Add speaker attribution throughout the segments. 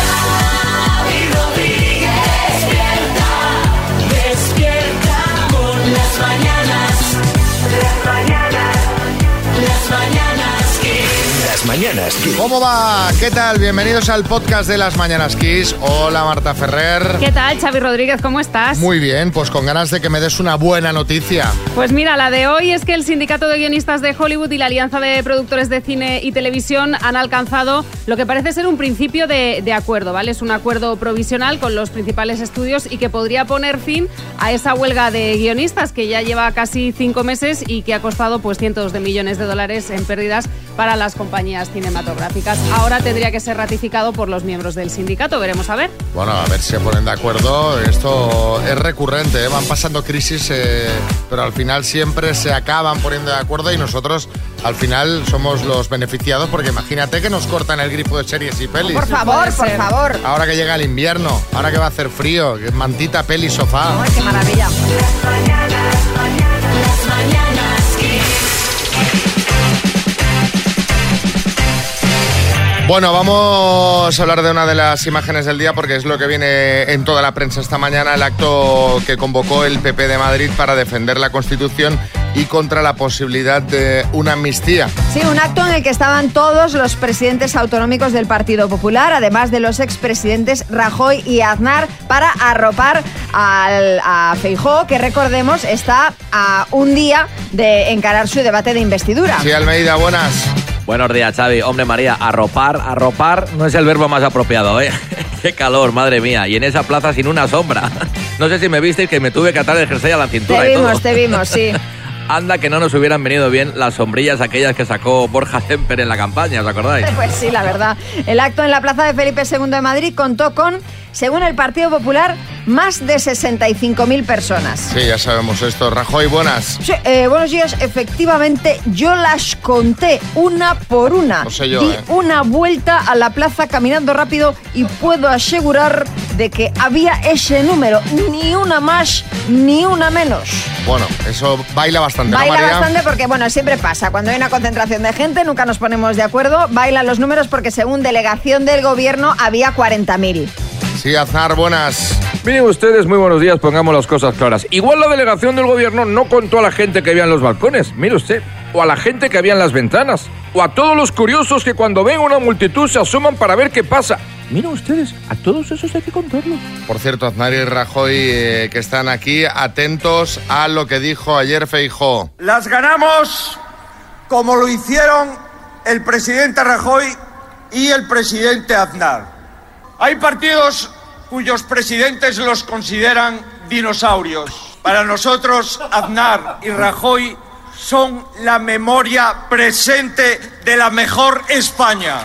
Speaker 1: Xavi Rodríguez, despierta, despierta con las mañanas, las mañanas, las mañanas que
Speaker 2: Las mañanas Kiss.
Speaker 3: ¿Cómo va? ¿Qué tal? Bienvenidos al podcast de las Mañanas Kiss. Hola Marta Ferrer.
Speaker 4: ¿Qué tal, Xavi Rodríguez? ¿Cómo estás?
Speaker 3: Muy bien, pues con ganas de que me des una buena noticia.
Speaker 4: Pues mira, la de hoy es que el Sindicato de Guionistas de Hollywood y la Alianza de Productores de Cine y Televisión han alcanzado lo que parece ser un principio de, de acuerdo, ¿vale? Es un acuerdo provisional con los principales estudios y que podría poner fin a esa huelga de guionistas que ya lleva casi cinco meses y que ha costado pues cientos de millones de dólares en pérdidas para las compañías cinematográficas. Ahora tendría que ser ratificado por los miembros del sindicato, veremos a ver.
Speaker 3: Bueno, a ver si se ponen de acuerdo. Esto es recurrente, ¿eh? van pasando crisis, eh, pero al final siempre se acaban poniendo de acuerdo y nosotros al final somos los beneficiados porque imagínate que nos cortan el grifo de series y pelis.
Speaker 5: Por favor,
Speaker 4: puede
Speaker 5: por
Speaker 4: ser.
Speaker 5: favor.
Speaker 3: Ahora que llega el invierno, ahora que va a hacer frío, que mantita, peli, sofá.
Speaker 5: Ay, qué maravilla.
Speaker 1: las mañanas que
Speaker 3: Bueno, vamos a hablar de una de las imágenes del día porque es lo que viene en toda la prensa esta mañana, el acto que convocó el PP de Madrid para defender la Constitución y contra la posibilidad de una amnistía.
Speaker 5: Sí, un acto en el que estaban todos los presidentes autonómicos del Partido Popular, además de los expresidentes Rajoy y Aznar, para arropar al, a Feijó, que recordemos está a un día de encarar su debate de investidura.
Speaker 3: Sí, Almeida, buenas.
Speaker 6: Buenos días, Xavi. Hombre, María, arropar, arropar no es el verbo más apropiado, ¿eh? Qué calor, madre mía. Y en esa plaza sin una sombra. No sé si me visteis que me tuve que atar el jersey a la cintura
Speaker 5: Te
Speaker 6: y todo.
Speaker 5: vimos, te vimos, sí.
Speaker 6: Anda que no nos hubieran venido bien las sombrillas aquellas que sacó Borja Semper en la campaña, ¿os acordáis?
Speaker 5: Pues sí, la verdad. El acto en la plaza de Felipe II de Madrid contó con, según el Partido Popular, más de 65.000 personas.
Speaker 3: Sí, ya sabemos esto. Rajoy, buenas.
Speaker 5: Sí, eh, buenos días. Efectivamente, yo las conté una por una.
Speaker 3: No sé yo,
Speaker 5: Di
Speaker 3: eh.
Speaker 5: una vuelta a la plaza caminando rápido y puedo asegurar de que había ese número, ni una más ni una menos.
Speaker 3: Bueno, eso baila bastante, ¿no,
Speaker 5: Baila
Speaker 3: María?
Speaker 5: bastante porque, bueno, siempre pasa. Cuando hay una concentración de gente, nunca nos ponemos de acuerdo. Bailan los números porque, según delegación del gobierno, había 40.000.
Speaker 3: Sí, Aznar, buenas.
Speaker 6: Miren ustedes, muy buenos días, pongamos las cosas claras. Igual la delegación del gobierno no contó a la gente que había en los balcones, mire usted, o a la gente que había en las ventanas, o a todos los curiosos que cuando ven una multitud se asoman para ver qué pasa. Miren ustedes, a todos esos hay que contarlos.
Speaker 3: Por cierto, Aznar y Rajoy eh, que están aquí, atentos a lo que dijo ayer Feijó.
Speaker 7: Las ganamos como lo hicieron el presidente Rajoy y el presidente Aznar. Hay partidos cuyos presidentes los consideran dinosaurios. Para nosotros, Aznar y Rajoy son la memoria presente de la mejor España.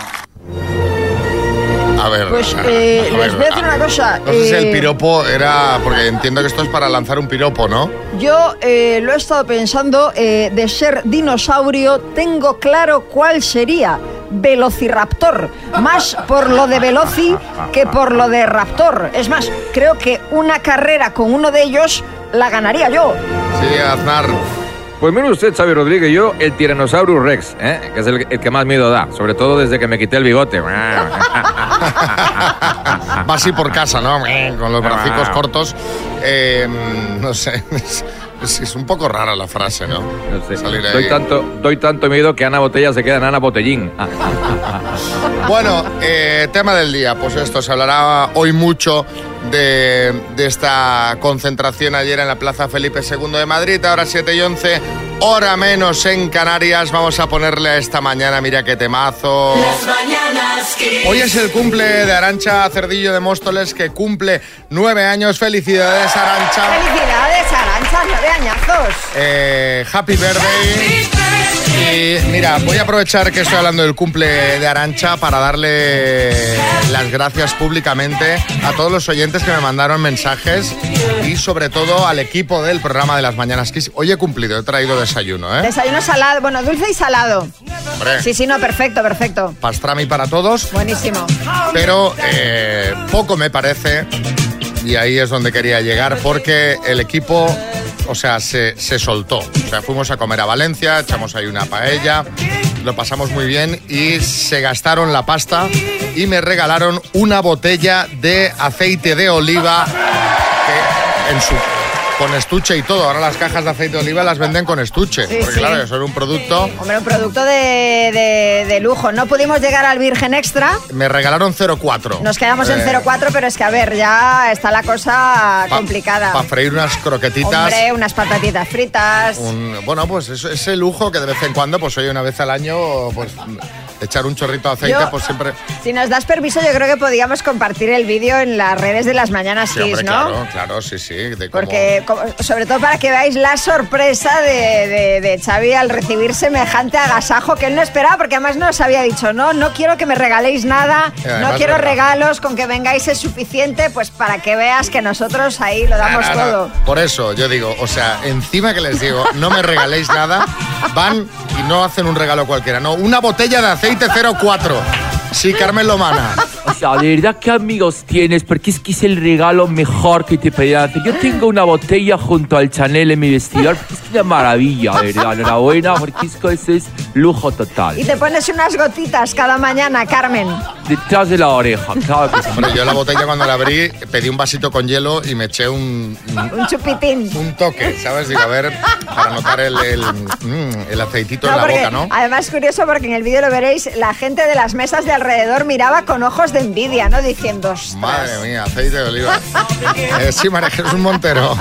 Speaker 3: A ver.
Speaker 5: Pues,
Speaker 3: a-
Speaker 5: eh,
Speaker 3: a
Speaker 5: les voy a decir una cosa,
Speaker 3: No sé si el
Speaker 5: eh,
Speaker 3: piropo era. Porque entiendo que esto es para lanzar un piropo, ¿no?
Speaker 5: Yo eh, lo he estado pensando, eh, de ser dinosaurio tengo claro cuál sería. Velociraptor, más por lo de Veloci que por lo de Raptor. Es más, creo que una carrera con uno de ellos la ganaría yo.
Speaker 3: Sí, Aznar.
Speaker 6: Pues mire usted, Xavi Rodríguez, yo el Tyrannosaurus Rex, ¿eh? que es el, el que más miedo da, sobre todo desde que me quité el bigote. ¿eh? Ah.
Speaker 3: Va así por casa, ¿no? Eh, Con los bracicos cortos. Eh, no sé. Es, es- es un poco rara la frase, ¿no?
Speaker 6: No sé,
Speaker 3: Salir ahí.
Speaker 6: doy, tanto, doy tanto miedo que Ana Botella se queda en Ana Botellín. Ah,
Speaker 3: Bueno, eh, tema del día. Pues esto, se hablará hoy mucho de, de esta concentración ayer en la Plaza Felipe II de Madrid. Ahora 7 y 11, hora menos en Canarias. Vamos a ponerle a esta mañana, mira qué temazo.
Speaker 1: las mañanas que
Speaker 3: Hoy es el cumple de Arancha Cerdillo de Móstoles, que cumple nueve años. Felicidades, Arancha.
Speaker 5: Felicidades, Arancha, nueve añazos.
Speaker 3: Eh, happy birthday. Y mira, voy a aprovechar que estoy hablando del cumple de Arancha para darle las gracias públicamente a todos los oyentes que me mandaron mensajes y sobre todo al equipo del programa de las mañanas Kiss. Hoy he cumplido, he traído desayuno, ¿eh?
Speaker 5: Desayuno salado, bueno, dulce y salado.
Speaker 3: Hombre,
Speaker 5: Sí, sí, no, perfecto, perfecto.
Speaker 3: pastrami para todos.
Speaker 5: Buenísimo.
Speaker 3: pero eh, poco me parece. Y ahí es donde quería llegar, porque el equipo o sea, se, se soltó. O sea, fuimos a comer a Valencia, echamos ahí una paella, lo pasamos muy bien y se gastaron la pasta y me regalaron una botella de aceite de oliva que en su con estuche y todo. Ahora las cajas de aceite de oliva las venden con estuche.
Speaker 5: Sí,
Speaker 3: porque
Speaker 5: sí.
Speaker 3: claro, eso era un producto.
Speaker 5: Hombre, un producto de, de- de lujo. No pudimos llegar al Virgen Extra.
Speaker 3: Me regalaron 04.
Speaker 5: Nos quedamos en
Speaker 3: Eh,
Speaker 5: 0,4, pero es que, a ver, ya está la cosa complicada.
Speaker 3: Para freír unas croquetitas.
Speaker 5: Hombre, unas patatitas fritas.
Speaker 3: un- bueno, pues eso- ese lujo que de vez en cuando, pues oye, una vez al año, pues echar un chorrito de aceite,
Speaker 5: Yo-
Speaker 3: pues siempre.
Speaker 5: Si nos das permiso, yo creo que podíamos compartir el vídeo en las redes de las mañanas
Speaker 3: Sí,
Speaker 5: Kiss,
Speaker 3: hombre,
Speaker 5: ¿no?
Speaker 3: claro, claro, sí, sí. de cómo-
Speaker 5: Porque, como- sobre todo para que veáis la sorpresa de, de- de Xavi al recibir semejante agasajo que él no esperaba, porque además nos había dicho, no, no quiero que me regaléis nada,
Speaker 3: Y Eh, además,
Speaker 5: no quiero
Speaker 3: verdad.
Speaker 5: regalos, con que vengáis es suficiente, pues para que veas que nosotros ahí lo damos
Speaker 3: Nada,
Speaker 5: todo.
Speaker 3: nada. Por eso yo digo, o sea, encima que les digo, no me regaléis nada, van y no hacen un regalo cualquiera, no, una botella de aceite 04. Sí, Carmen Lomana.
Speaker 2: O sea, de verdad, ¿qué amigos tienes? Porque es que es el regalo mejor que te pedí antes. Yo tengo una botella junto al Chanel en mi vestidor, porque es que una maravilla, de verdad. Enhorabuena, porque es que eso es lujo total.
Speaker 5: Y te pones unas gotitas cada mañana, Carmen.
Speaker 2: Detrás de la oreja, claro que sí.
Speaker 3: Bueno, yo la botella cuando la abrí pedí un vasito con hielo y me eché un, un-
Speaker 5: Un chupitín.
Speaker 3: un toque, ¿sabes? Digo, a ver, para notar el, el, mm, el aceitito en la
Speaker 5: porque,
Speaker 3: boca, ¿no?
Speaker 5: Además, curioso porque en el vídeo lo veréis, la gente de las mesas de alrededor miraba con ojos de envidia, ¿no? Diciendo, "Ostras".
Speaker 3: Madre mía, aceite de oliva. Eh, sí, María Jesús Montero.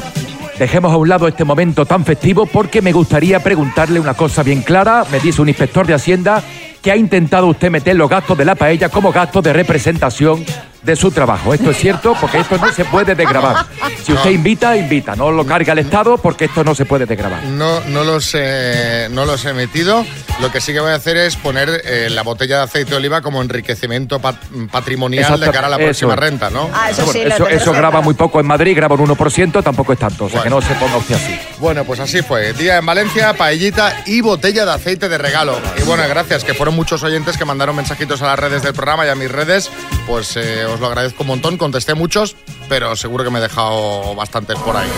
Speaker 2: Dejemos a un lado este momento tan festivo porque me gustaría preguntarle una cosa bien clara. Me dice un inspector de Hacienda que ha intentado usted meter los gastos de la paella como gastos de representación de su trabajo. ¿Esto es cierto? Porque esto no se puede desgrabar. Si usted
Speaker 3: No.
Speaker 2: invita, invita. No lo carga el Estado porque esto no se puede desgrabar.
Speaker 3: No, no, los, eh, no los he metido. Lo que sí que voy a hacer es poner eh, la botella de aceite de oliva como enriquecimiento pat- patrimonial de
Speaker 2: Exacto,
Speaker 3: cara a la
Speaker 2: eso.
Speaker 3: próxima renta, ¿no?
Speaker 5: Ah, eso sí, lo
Speaker 2: eso
Speaker 5: tendrás
Speaker 2: eso
Speaker 5: que
Speaker 2: graba
Speaker 5: hacer.
Speaker 2: muy poco en Madrid, graba un 1%, tampoco es tanto. O sea
Speaker 3: Bueno.
Speaker 2: que no se ponga usted así.
Speaker 3: Bueno, pues así fue. Día en Valencia, paellita y botella de aceite de regalo. Y bueno, gracias, que fueron muchos oyentes que mandaron mensajitos a las redes del programa y a mis redes. Pues eh, os lo agradezco un montón. Contesté muchos, pero seguro que me he dejado bastantes por ahí.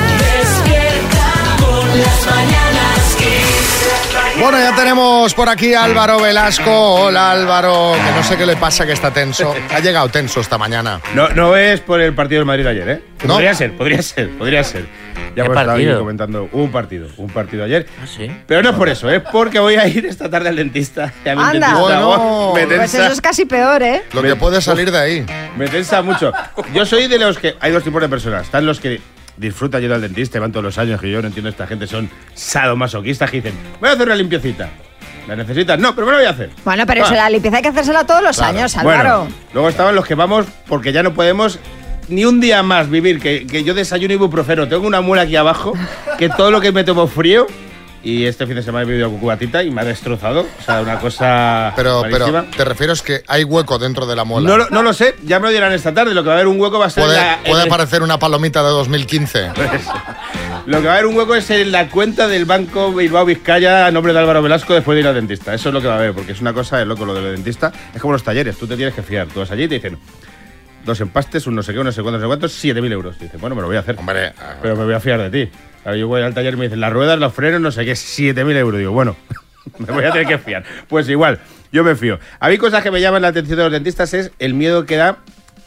Speaker 1: Despierta por las mañanas
Speaker 3: Bueno, ya tenemos por aquí a Álvaro Velasco. Hola Álvaro, que no sé qué le pasa que está tenso. Ha llegado tenso esta mañana.
Speaker 8: No, no es por el partido del Madrid ayer, ¿eh? Que
Speaker 3: ¿No?
Speaker 8: Podría ser, podría ser, podría ser. Ya
Speaker 2: ¿Qué
Speaker 8: hemos estado aquí
Speaker 2: partido?
Speaker 8: comentando un partido, un partido ayer.
Speaker 2: sí.
Speaker 8: Pero no es por eso, es porque voy a ir esta tarde al dentista. Ya mi
Speaker 5: Anda.
Speaker 8: dentista,
Speaker 3: Bueno.
Speaker 8: oh, me
Speaker 5: Pues
Speaker 8: tensa,
Speaker 5: eso es casi peor, ¿eh?
Speaker 3: Lo que puede salir de ahí.
Speaker 8: me tensa mucho. Yo soy de los que. Hay dos tipos de personas. Están los que disfrutan yendo al dentista, van todos los años, que yo no entiendo esta gente, son sadomasoquistas que dicen, voy a hacer una limpiecita. ¿La necesitas? No, pero me la voy a hacer.
Speaker 5: Bueno, pero eso,
Speaker 8: Ah.
Speaker 5: la limpieza hay que hacérsela todos los años, Álvaro.
Speaker 8: Bueno, luego estaban los que vamos porque ya no podemos ni un día más vivir, que, que yo desayuno ibuprofeno, tengo una muela aquí abajo, que todo lo que me tomo frío, y este fin de semana he bebido cubatita y me ha destrozado, o sea, una cosa
Speaker 3: Pero, pero
Speaker 8: malísima.
Speaker 3: te refiero es que hay hueco dentro de la muela.
Speaker 8: no, lo- Eh, no lo sé, ya me lo dirán esta tarde, lo que va a haber un hueco va a ser...
Speaker 3: puede
Speaker 8: la-
Speaker 3: puede
Speaker 8: en-
Speaker 3: parecer una palomita de 2015.
Speaker 8: Lo que va a haber un hueco es en la cuenta del Banco Bilbao Vizcaya a nombre de Álvaro Velasco después de ir al dentista. Eso es lo que va a haber, porque es una cosa de loco lo del dentista. Es como los talleres, tú te tienes que fiar. Tú vas allí y te dicen dos empastes, un no sé qué, un no sé cuántos, no sé cuántos, 7.000 euros. Dices, bueno, me lo voy a hacer.
Speaker 3: Hombre,
Speaker 8: Pero me voy a fiar de ti. Claro, yo voy al taller y me dicen las ruedas, los frenos, no sé qué, 7.000 euros. Digo, bueno, me voy a tener que fiar. Pues igual, yo me fío. A mí cosas que me llaman la atención de los dentistas es el miedo que da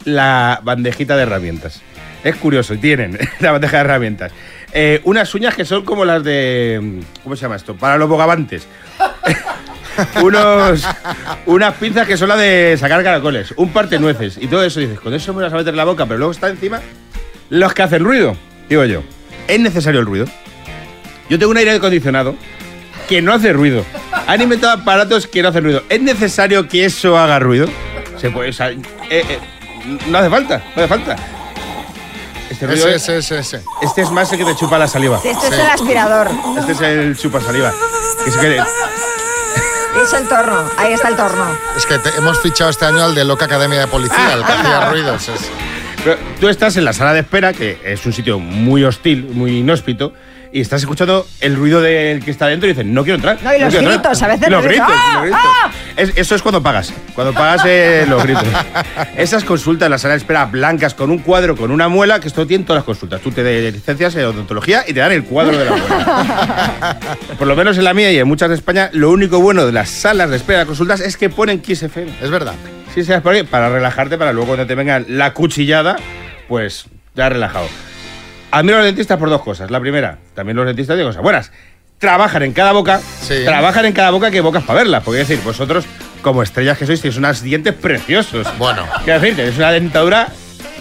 Speaker 8: la bandejita de herramientas. Es curioso, y tienen la bandeja de herramientas. Eh, unas uñas que son como las de... mm, ¿Cómo se llama esto? Para los bogavantes. Unos, unas pinzas que son las de sacar caracoles, un parte nueces y todo eso. Dices, con eso me las voy a meter en la boca, pero luego está encima los que hacen ruido, digo yo. ¿Es necesario el ruido? Yo tengo un aire acondicionado que no hace ruido. Han inventado aparatos que no hacen ruido. ¿Es necesario que eso haga ruido? Se puede, o sea, eh, eh, no hace falta, no hace falta. Este ruido
Speaker 3: ese,
Speaker 8: es,
Speaker 3: ese, ese, ese.
Speaker 8: este es más el que te chupa la saliva.
Speaker 5: Si este es el aspirador,
Speaker 8: Este es el chupa saliva. Que se quede-
Speaker 5: es el torno, ahí está el torno.
Speaker 3: Es que te- hemos fichado este año al de Loca Academia de Policía, el que
Speaker 8: Ah.
Speaker 3: hacía ruidos. es-
Speaker 8: Pero tú estás en la sala de espera, que es un sitio muy hostil, muy inhóspito, y estás escuchando el ruido del que está dentro y dices, no quiero entrar.
Speaker 5: No, y los
Speaker 8: quiero entrar".
Speaker 5: gritos, a veces
Speaker 8: Los
Speaker 5: los
Speaker 8: gritos,
Speaker 5: gritos, ¡ah,
Speaker 8: los gritos. Es- eso es cuando pagas. Cuando pagas eh, los gritos. Esas consultas en la sala de espera blancas con un cuadro, con una muela, que esto tiene todas las consultas. Tú te de licencias en odontología y te dan el cuadro de la muela. Por lo menos en la mía y en muchas de España, lo único bueno de las salas de espera de consultas es que ponen Kiss FM.
Speaker 3: Es verdad.
Speaker 8: Sí, ¿sabes por qué? Para relajarte, para luego cuando te venga la cuchillada, pues ya relajado. Admiro a los dentistas por dos cosas. La primera, también los dentistas tienen cosas buenas. Trabajan en cada boca,
Speaker 3: Sí.
Speaker 8: trabajan en cada boca que hay bocas para verlas. Porque es decir, vosotros, como estrellas que sois, tenéis unos dientes preciosos.
Speaker 3: Bueno.
Speaker 8: Quiero decir, tenéis una dentadura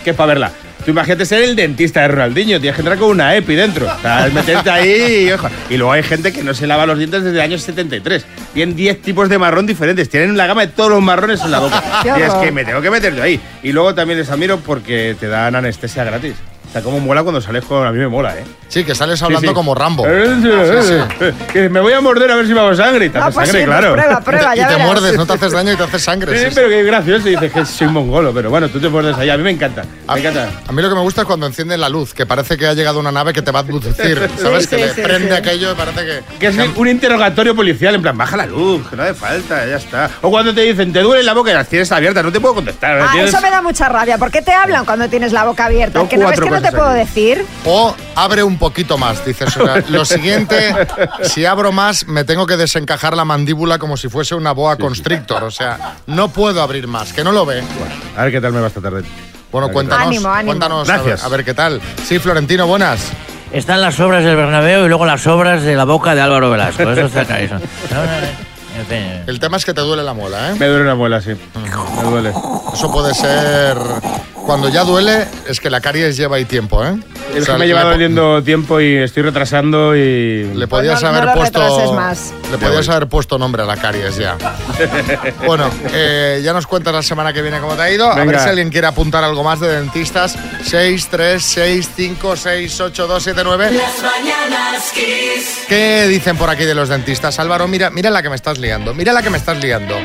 Speaker 8: que es para verla. Tú imagínate ser el dentista de Ronaldinho, tienes que entrar con una EPI dentro. O sea, meterte ahí y, ojo. y luego hay gente que no se lava los dientes desde el año 73. Tienen 10 tipos de marrón diferentes, tienen la gama de todos los marrones en la boca.
Speaker 5: Qué
Speaker 8: Y es
Speaker 5: horror.
Speaker 8: que me tengo que meter yo ahí. Y luego también les admiro porque te dan anestesia gratis. O sea, cómo mola cuando sales con... A mí me mola, ¿eh?
Speaker 3: Sí, que sales
Speaker 8: Sí,
Speaker 3: hablando
Speaker 8: sí. eh,
Speaker 3: como Rambo. Ah,
Speaker 8: Que me voy a morder a ver si me hago sangre. Y te
Speaker 5: Ah,
Speaker 8: hace
Speaker 5: pues
Speaker 8: sangre,
Speaker 5: sí, pues
Speaker 8: claro.
Speaker 5: prueba, prueba,
Speaker 3: y
Speaker 5: ya
Speaker 3: te
Speaker 5: verás.
Speaker 3: muerdes, no te haces daño y te haces sangre.
Speaker 8: Sí,
Speaker 3: sí, sí.
Speaker 8: pero qué gracioso. Y dices que soy mongolo, pero bueno, tú te mordes ahí. A mí me encanta.
Speaker 3: A,
Speaker 8: Me encanta.
Speaker 3: a mí lo que me gusta es cuando encienden la luz, que parece que ha llegado una nave que te va a abducir. ¿Sabes?
Speaker 5: Sí,
Speaker 3: que
Speaker 5: sí,
Speaker 3: le
Speaker 5: sí,
Speaker 3: prende
Speaker 5: sí.
Speaker 3: aquello y parece que.
Speaker 8: Que es un interrogatorio policial, en plan, baja la luz, que no hace falta, ya está. O cuando te dicen, te duele la boca y las tienes abiertas, no te puedo contestar.
Speaker 5: Ah,
Speaker 8: tienes-
Speaker 5: eso me da mucha rabia. ¿Por qué te hablan cuando tienes la boca abierta?
Speaker 8: Tengo
Speaker 5: Que no ves
Speaker 8: cuatro
Speaker 5: que no te
Speaker 8: cosas
Speaker 5: puedo
Speaker 8: aquí.
Speaker 5: decir.
Speaker 3: O abre un poquito más, dices. o sea, lo siguiente, si abro más, me tengo que desencajar la mandíbula como si fuese una boa constrictor. O sea, no puedo abrir más, que no lo ve.
Speaker 8: A ver qué tal me va esta tarde.
Speaker 3: Bueno, cuéntanos.
Speaker 5: Ánimo, ánimo.
Speaker 3: Cuéntanos, a ver-
Speaker 8: Gracias.
Speaker 3: A, ver, qué tal. Sí, Florentino, buenas.
Speaker 9: Están las obras del Bernabéu y luego las obras de la boca de Álvaro Velasco. Eso está clarísimo. No, no, no. En fin.
Speaker 3: El tema es que te duele la muela, ¿eh?
Speaker 8: Me duele una muela, sí.
Speaker 3: Ah.
Speaker 8: Me duele.
Speaker 3: Eso puede ser. Cuando ya duele, es que la caries lleva ahí tiempo, ¿eh?
Speaker 8: Es
Speaker 3: O sea,
Speaker 8: que me he
Speaker 3: le
Speaker 8: llevado
Speaker 3: po-
Speaker 8: oliendo tiempo y estoy retrasando y...
Speaker 3: Le
Speaker 5: Pues
Speaker 3: podías
Speaker 5: no- no
Speaker 3: haber
Speaker 5: lo
Speaker 3: puesto.
Speaker 5: retrases más.
Speaker 3: Le
Speaker 8: Ya
Speaker 3: podías
Speaker 8: voy.
Speaker 3: haber puesto nombre a la caries ya. bueno, eh, ya nos cuentas la semana que viene cómo te ha ido. A ver
Speaker 8: Venga.
Speaker 3: si alguien quiere apuntar algo más de dentistas. 6, 3, 6, 5, 6, 8, 2, 7, 9.
Speaker 1: Las mañanas Kiss.
Speaker 3: ¿Qué dicen por aquí de los dentistas? Álvaro, mira, mira la que me estás liando. Mira la que me estás liando.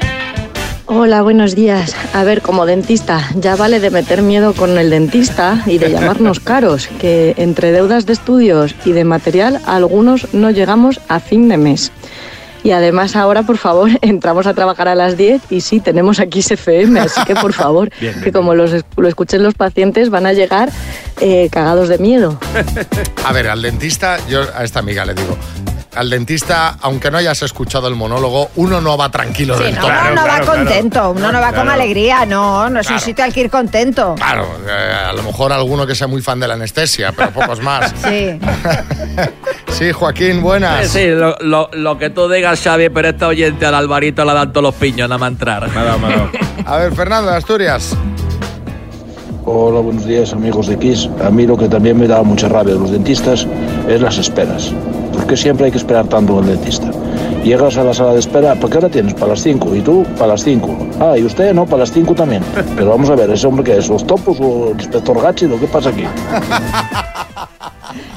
Speaker 10: Hola, buenos días. A ver, como dentista, ya vale de meter miedo con el dentista y de llamarnos caros, que entre deudas de estudios y de material, algunos no llegamos a fin de mes. Y además ahora, por favor, entramos a trabajar a las 10 y sí, tenemos aquí CFM, así que por favor,
Speaker 8: Bien, bien,
Speaker 10: que como los es- lo escuchen los pacientes, van a llegar eh, cagados de miedo.
Speaker 3: A ver, al dentista, yo a esta amiga le digo. Al dentista, aunque no hayas escuchado el monólogo, uno no va tranquilo
Speaker 5: Sí,
Speaker 3: del
Speaker 5: no,
Speaker 3: todo.
Speaker 8: Claro,
Speaker 5: uno no
Speaker 8: claro,
Speaker 5: va contento,
Speaker 8: claro.
Speaker 5: uno no va con
Speaker 8: Claro.
Speaker 5: alegría, no, no es un sitio al que ir contento.
Speaker 3: Claro, eh, a lo mejor alguno que sea muy fan de la anestesia, pero pocos más.
Speaker 5: Sí.
Speaker 3: Sí, Joaquín, buenas.
Speaker 9: Sí, lo, lo- lo que tú digas, Xavi, pero esta oyente al Alvarito la dan todos los piños, nada más entrar.
Speaker 8: Me ha dado, me ha dado.
Speaker 3: A ver, Fernando, de Asturias.
Speaker 11: Hola, buenos días amigos de Kiss. A mí lo que también me da mucha rabia de los dentistas es las esperas. ¿Por qué siempre hay que esperar tanto en el dentista? Llegas a la sala de espera, ¿por qué ahora tienes? Para las 5. ¿Y tú? Para las 5. Ah, y usted no, para las 5 también. Pero vamos a ver, ¿ese hombre qué es? ¿Los topos o el inspector Gachi? ¿Lo que pasa aquí?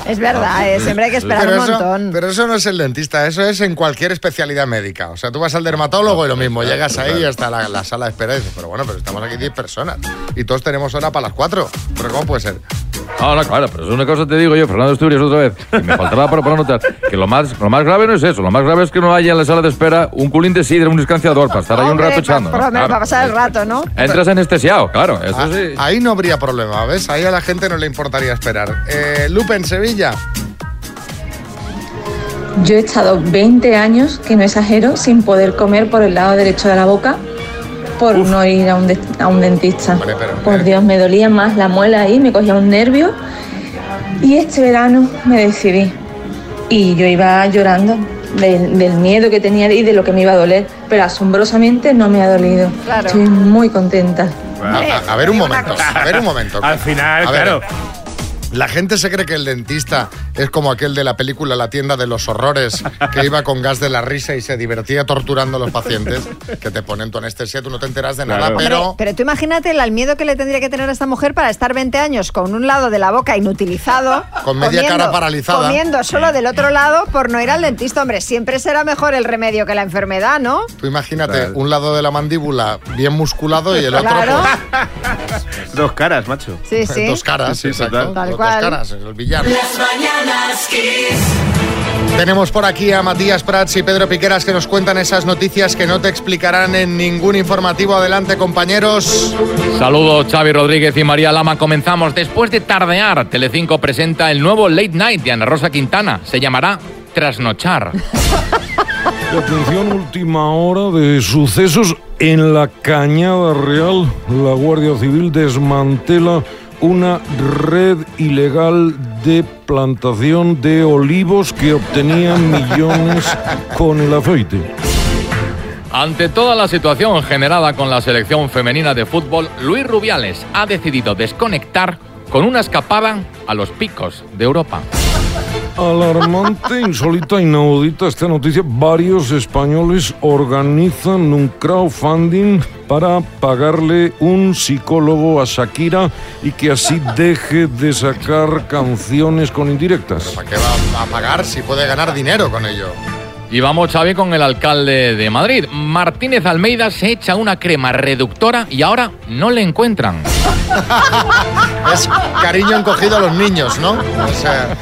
Speaker 5: Es verdad, eh, siempre hay que esperar un
Speaker 3: Pero eso,
Speaker 5: montón.
Speaker 3: pero eso no es el dentista, eso es en cualquier especialidad médica. O sea, tú vas al dermatólogo y lo mismo, llegas ahí y hasta la, la sala de espera y dices, pero bueno, pero estamos aquí 10 personas y todos tenemos hora para las 4. Pero ¿cómo puede ser?
Speaker 6: Ahora, claro, pero es una cosa te digo yo, Fernando Asturias, otra vez, y me faltaba para, para notar que lo más, lo más grave no es eso, lo más grave es que no haya en la sala de espera un culín de sidra, un escanciador, para estar ahí un
Speaker 5: Hombre,
Speaker 6: rato
Speaker 5: pa-
Speaker 6: echando.
Speaker 5: por lo menos para
Speaker 6: Claro.
Speaker 5: pasar el rato, ¿no?
Speaker 6: Entras anestesiado, claro, eso
Speaker 3: Ah,
Speaker 6: sí.
Speaker 3: Ahí no habría problema, ¿ves? Ahí a la gente no le importaría esperar. Eh, Lupe, en Sevilla.
Speaker 10: Yo he estado 20 años, que no exagero, sin poder comer por el lado derecho de la boca por no ir a un, de- a un dentista.
Speaker 3: Hombre, pero-
Speaker 10: por Dios, me dolía más la muela ahí, me cogía un nervio. Y este verano me decidí. Y yo iba llorando del, del miedo que tenía y de lo que me iba a doler. Pero asombrosamente no me ha dolido.
Speaker 5: Claro.
Speaker 10: Estoy muy contenta.
Speaker 3: A, a- a ver un momento, a ver un momento.
Speaker 8: Al final,
Speaker 3: A ver,
Speaker 8: claro.
Speaker 3: La gente se cree que el dentista es como aquel de la película La tienda de los horrores, que iba con gas de la risa y se divertía torturando a los pacientes, que te ponen tu anestesia, tú no te enteras de nada,
Speaker 8: Claro.
Speaker 3: pero...
Speaker 5: Pero tú imagínate el, el miedo que le tendría que tener a esta mujer para estar 20 años con un lado de la boca inutilizado.
Speaker 3: Con media cara paralizada.
Speaker 5: Comiendo solo del otro lado por no ir al dentista. Hombre, siempre será mejor el remedio que la enfermedad, ¿no?
Speaker 3: Tú imagínate un lado de la mandíbula bien musculado y el otro
Speaker 5: Claro.
Speaker 8: Dos caras, macho.
Speaker 5: Sí,
Speaker 3: pues,
Speaker 5: sí.
Speaker 3: dos caras,
Speaker 8: Sí, sí,
Speaker 3: exacto,
Speaker 8: total.
Speaker 5: Tal
Speaker 3: dos
Speaker 5: cual.
Speaker 3: caras, el villano.
Speaker 1: Las mañanas Kiss.
Speaker 3: Tenemos por aquí a Matías Prats y Pedro Piqueras que nos cuentan esas noticias que no te explicarán en ningún informativo. Adelante, compañeros.
Speaker 12: Saludos Xavi Rodríguez y María Lama. Comenzamos. Después de tardear, Telecinco presenta el nuevo Late Night de Ana Rosa Quintana. Se llamará Trasnochar.
Speaker 13: Y atención, última hora de sucesos en la Cañada Real. La Guardia Civil desmantela una red ilegal de plantación de olivos que obtenían millones con el aceite.
Speaker 12: Ante toda la situación generada con la selección femenina de fútbol, Luis Rubiales ha decidido desconectar con una escapada a los picos de Europa.
Speaker 13: Alarmante, insólita, inaudita esta noticia. Varios españoles organizan un crowdfunding para pagarle un psicólogo a Shakira y que así deje de sacar canciones con indirectas.
Speaker 3: ¿Para qué va a pagar si puede ganar dinero con ello?
Speaker 12: Y vamos, Xavi, con el alcalde de Madrid. Martínez Almeida se echa una crema reductora y ahora no le encuentran.
Speaker 3: Es cariño encogido a los niños, ¿no? O sea,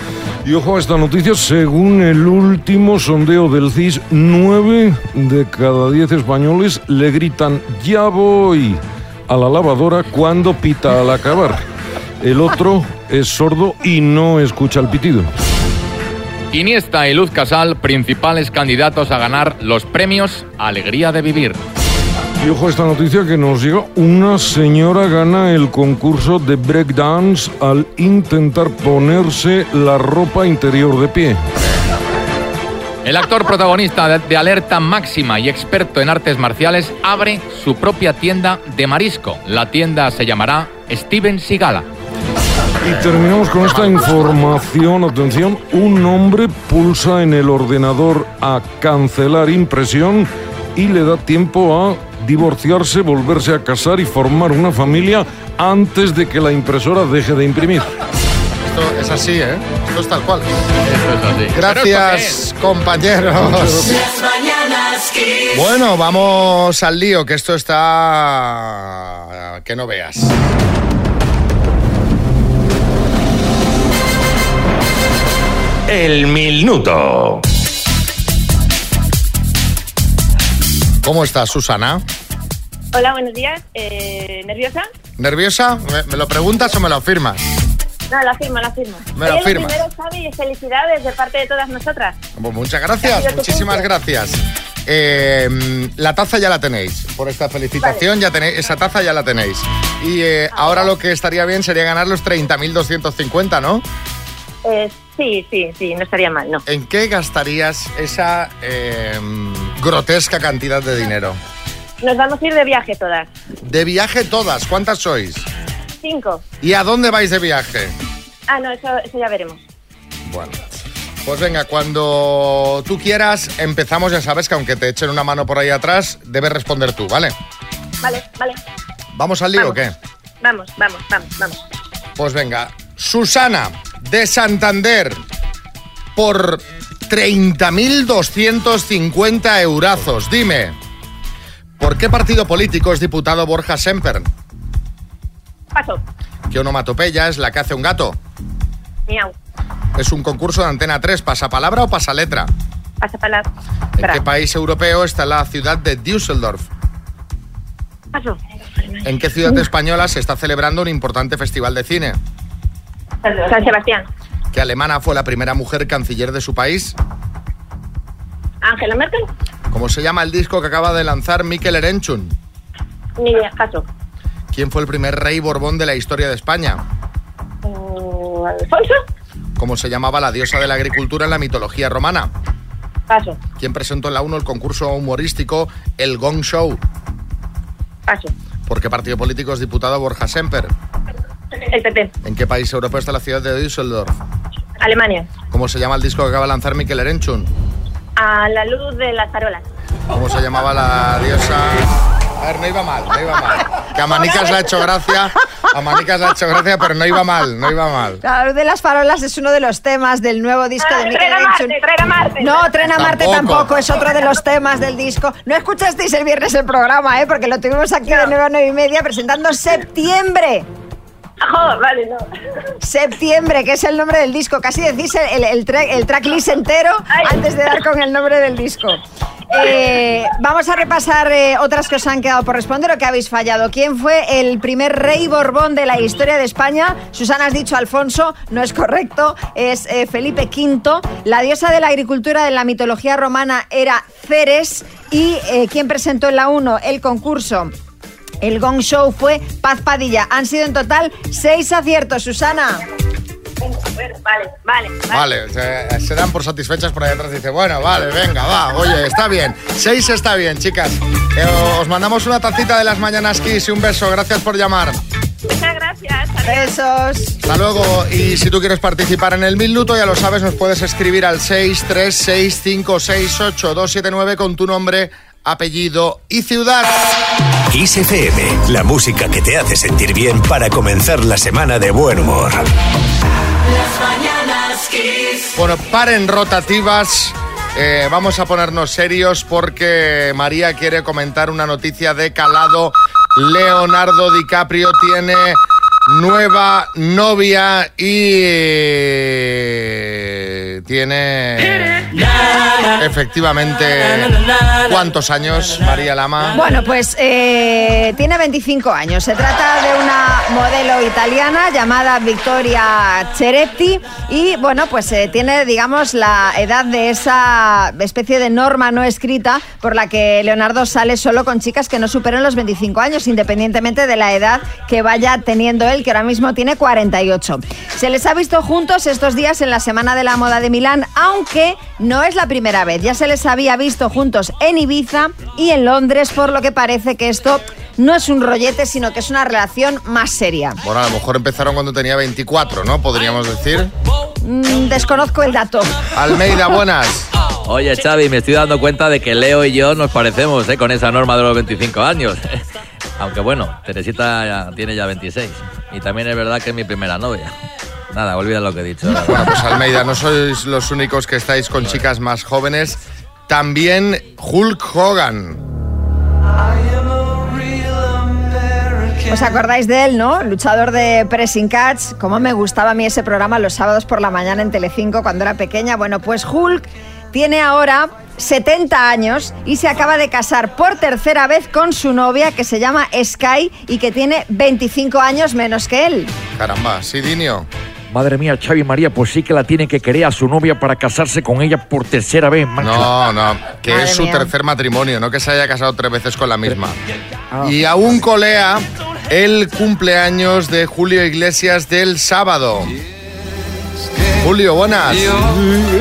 Speaker 13: Y ojo a esta noticia, según el último sondeo del CIS, 9 de cada 10 españoles le gritan ya voy a la lavadora cuando pita al acabar. El otro es sordo y no escucha el pitido.
Speaker 12: Iniesta y Luz Casal, principales candidatos a ganar los premios Alegría de Vivir.
Speaker 13: Y ojo a esta noticia que nos llega, una señora gana el concurso de breakdance al intentar ponerse la ropa interior de pie.
Speaker 12: El actor protagonista de- de Alerta Máxima y experto en artes marciales abre su propia tienda de marisco. La tienda se llamará Steven Sigala.
Speaker 13: Y terminamos con esta información, atención, un hombre pulsa en el ordenador a cancelar impresión y le da tiempo a divorciarse, volverse a casar y formar una familia antes de que la impresora deje de imprimir.
Speaker 3: esto es así, ¿eh? Esto es tal cual.
Speaker 12: así.
Speaker 3: Gracias, compañeros.
Speaker 1: Las mañanas Kiss.
Speaker 3: Bueno, vamos al lío, que esto está... que no veas.
Speaker 14: El minuto.
Speaker 3: ¿Cómo estás, Susana?
Speaker 10: Hola, buenos días. Eh, ¿Nerviosa?
Speaker 3: ¿Nerviosa? ¿Me, me lo preguntas o me lo afirmas?
Speaker 10: No, la firma, la firma.
Speaker 3: Me la
Speaker 10: Eres
Speaker 3: firma.
Speaker 10: primero, Xavi, y felicidades de parte de todas nosotras.
Speaker 3: Pues muchas gracias, muchísimas gracias. Eh, mm, la taza ya la tenéis, por esta felicitación ya tenéis, esa taza ya la tenéis. Y eh, ahora lo que estaría bien sería ganar los 30.250, ¿no?
Speaker 10: Eh, sí, sí, sí, no estaría mal, ¿no?
Speaker 3: ¿En qué gastarías esa eh, mm, grotesca cantidad de dinero?
Speaker 10: Nos vamos a ir de viaje todas.
Speaker 3: De viaje todas, ¿cuántas sois?
Speaker 10: Cinco.
Speaker 3: ¿Y a dónde vais de viaje?
Speaker 10: Ah, no, eso, eso ya veremos.
Speaker 3: Bueno. Pues venga, cuando tú quieras empezamos, ya sabes que aunque te echen una mano por ahí atrás, debes responder tú, ¿vale?
Speaker 10: Vale, vale.
Speaker 3: ¿Vamos al lío o qué?
Speaker 10: Vamos, vamos, vamos, vamos.
Speaker 3: Pues venga, Susana de Santander por 30.250 eurazos. Dime, ¿por qué partido político es diputado Borja Semper?
Speaker 10: Paso.
Speaker 3: ¿Qué onomatopeya es la que hace un gato?
Speaker 10: Miau.
Speaker 3: ¿Es un concurso de Antena 3, pasapalabra o pasaletra?
Speaker 10: Pasa para
Speaker 3: ¿En qué país europeo está la ciudad de Düsseldorf?
Speaker 10: Paso.
Speaker 3: ¿En qué ciudad española se está celebrando un importante festival de cine?
Speaker 10: San Sebastián.
Speaker 3: ¿Qué alemana fue la primera mujer canciller de su país?
Speaker 10: Ángela Merkel.
Speaker 3: ¿Cómo se llama el disco que acaba de lanzar Mikel Erenchun?
Speaker 10: Ni idea. Paso.
Speaker 3: ¿Quién fue el primer rey Borbón de la historia de España?
Speaker 10: Mm, Alfonso.
Speaker 3: ¿Cómo se llamaba la diosa de la agricultura en la mitología romana?
Speaker 10: Paso.
Speaker 3: ¿Quién presentó en la 1 el concurso humorístico El Gong Show?
Speaker 10: Paso.
Speaker 3: ¿Por qué partido político es diputado Borja Semper?
Speaker 10: El PP.
Speaker 3: ¿En qué país europeo está la ciudad de Düsseldorf?
Speaker 10: Alemania.
Speaker 3: ¿Cómo se llama el disco que acaba de lanzar Mikel Erenchun?
Speaker 10: A la luz de las farolas.
Speaker 3: ¿Cómo se llamaba la diosa...? A ver, no iba mal, no iba mal. Que a Manicas le ha hecho gracia, a Manicas le ha hecho gracia, pero no iba mal, no iba mal.
Speaker 5: La luz de las farolas es uno de los temas del nuevo disco de Miquel Erenchun. No, Tren a Marte
Speaker 3: Tampoco.
Speaker 5: tampoco. es otro de los temas del disco. No escuchasteis el viernes el programa, ¿eh? porque lo tuvimos aquí de nuevo a 9 y media presentando Septiembre.
Speaker 10: Ah, vale, no.
Speaker 5: Septiembre, que es el nombre del disco. Casi decís el, el, tra- el tracklist entero antes de dar con el nombre del disco. Eh, vamos a repasar eh, otras que os han quedado por responder o que habéis fallado. ¿Quién fue el primer rey Borbón de la historia de España? Susana, has dicho Alfonso, no es correcto, es eh, Felipe V. La diosa de la agricultura de la mitología romana era Ceres. ¿Y eh, quién presentó en la 1 el concurso? El Gong Show fue Paz Padilla. Han sido en total seis aciertos, Susana.
Speaker 10: Bueno, vale, vale.
Speaker 3: Vale, se, se dan por satisfechas por ahí atrás. Dice, bueno, vale, venga, va, oye, está bien. Seis está bien, chicas. Eh, os mandamos una tacita de las mañanas Kiss y un beso. Gracias por llamar.
Speaker 10: Muchas gracias.
Speaker 5: Besos.
Speaker 3: Hasta luego. Y si tú quieres participar en el minuto, ya lo sabes, nos puedes escribir al 636568279 con tu nombre, apellido y ciudad.
Speaker 14: Kiss FM, la música que te hace sentir bien para comenzar la semana de buen humor.
Speaker 1: Las mañanas kiss.
Speaker 3: Bueno, paren rotativas. Eh, vamos a ponernos serios porque María quiere comentar una noticia de calado. Leonardo DiCaprio tiene nueva novia y tiene efectivamente cuántos años María Lama.
Speaker 5: Bueno, pues eh, tiene 25 años. Se trata de una modelo italiana llamada Victoria Ceretti y bueno, pues eh, tiene, digamos, la edad de esa especie de norma no escrita por la que Leonardo sale solo con chicas que no superan los 25 años, independientemente de la edad que vaya teniendo él, que ahora mismo tiene 48. Se les ha visto juntos estos días en la Semana de la Moda de Milán, aunque no es la primera vez. Ya se les había visto juntos en Ibiza y en Londres, por lo que parece que esto no es un rollete, sino que es una relación más seria.
Speaker 3: Bueno, a lo mejor empezaron cuando tenía 24, ¿no? Podríamos decir.
Speaker 5: Mm, desconozco el dato.
Speaker 3: Almeida, buenas.
Speaker 6: Oye, Xavi, me estoy dando cuenta de que Leo y yo nos parecemos ¿eh? con esa norma de los 25 años. Aunque bueno, Teresita ya- tiene ya 26. Y también es verdad que es mi primera novia. Nada, olvida lo que he dicho. la verdad.
Speaker 3: Bueno, pues Almeida, no sois los únicos que estáis con chicas más jóvenes. También Hulk Hogan.
Speaker 5: ¿Os acordáis de él, no? Luchador de Pressing Catch. Cómo me gustaba a mí ese programa los sábados por la mañana en Telecinco cuando era pequeña. Bueno, pues Hulk tiene ahora 70 años y se acaba de casar por tercera vez con su novia que se llama Sky y que tiene 25 años menos que él.
Speaker 3: Caramba, sí, Dinio.
Speaker 2: Madre mía, Xavi María, pues sí que la tiene que querer a su novia para casarse con ella por tercera vez, macho.
Speaker 3: No, no, que
Speaker 2: Madre
Speaker 3: es su
Speaker 2: mía.
Speaker 3: tercer matrimonio, no que se haya casado tres veces con la misma. Y aún
Speaker 6: Ah.
Speaker 3: colea el cumpleaños de Julio Iglesias del sábado. Julio, buenas.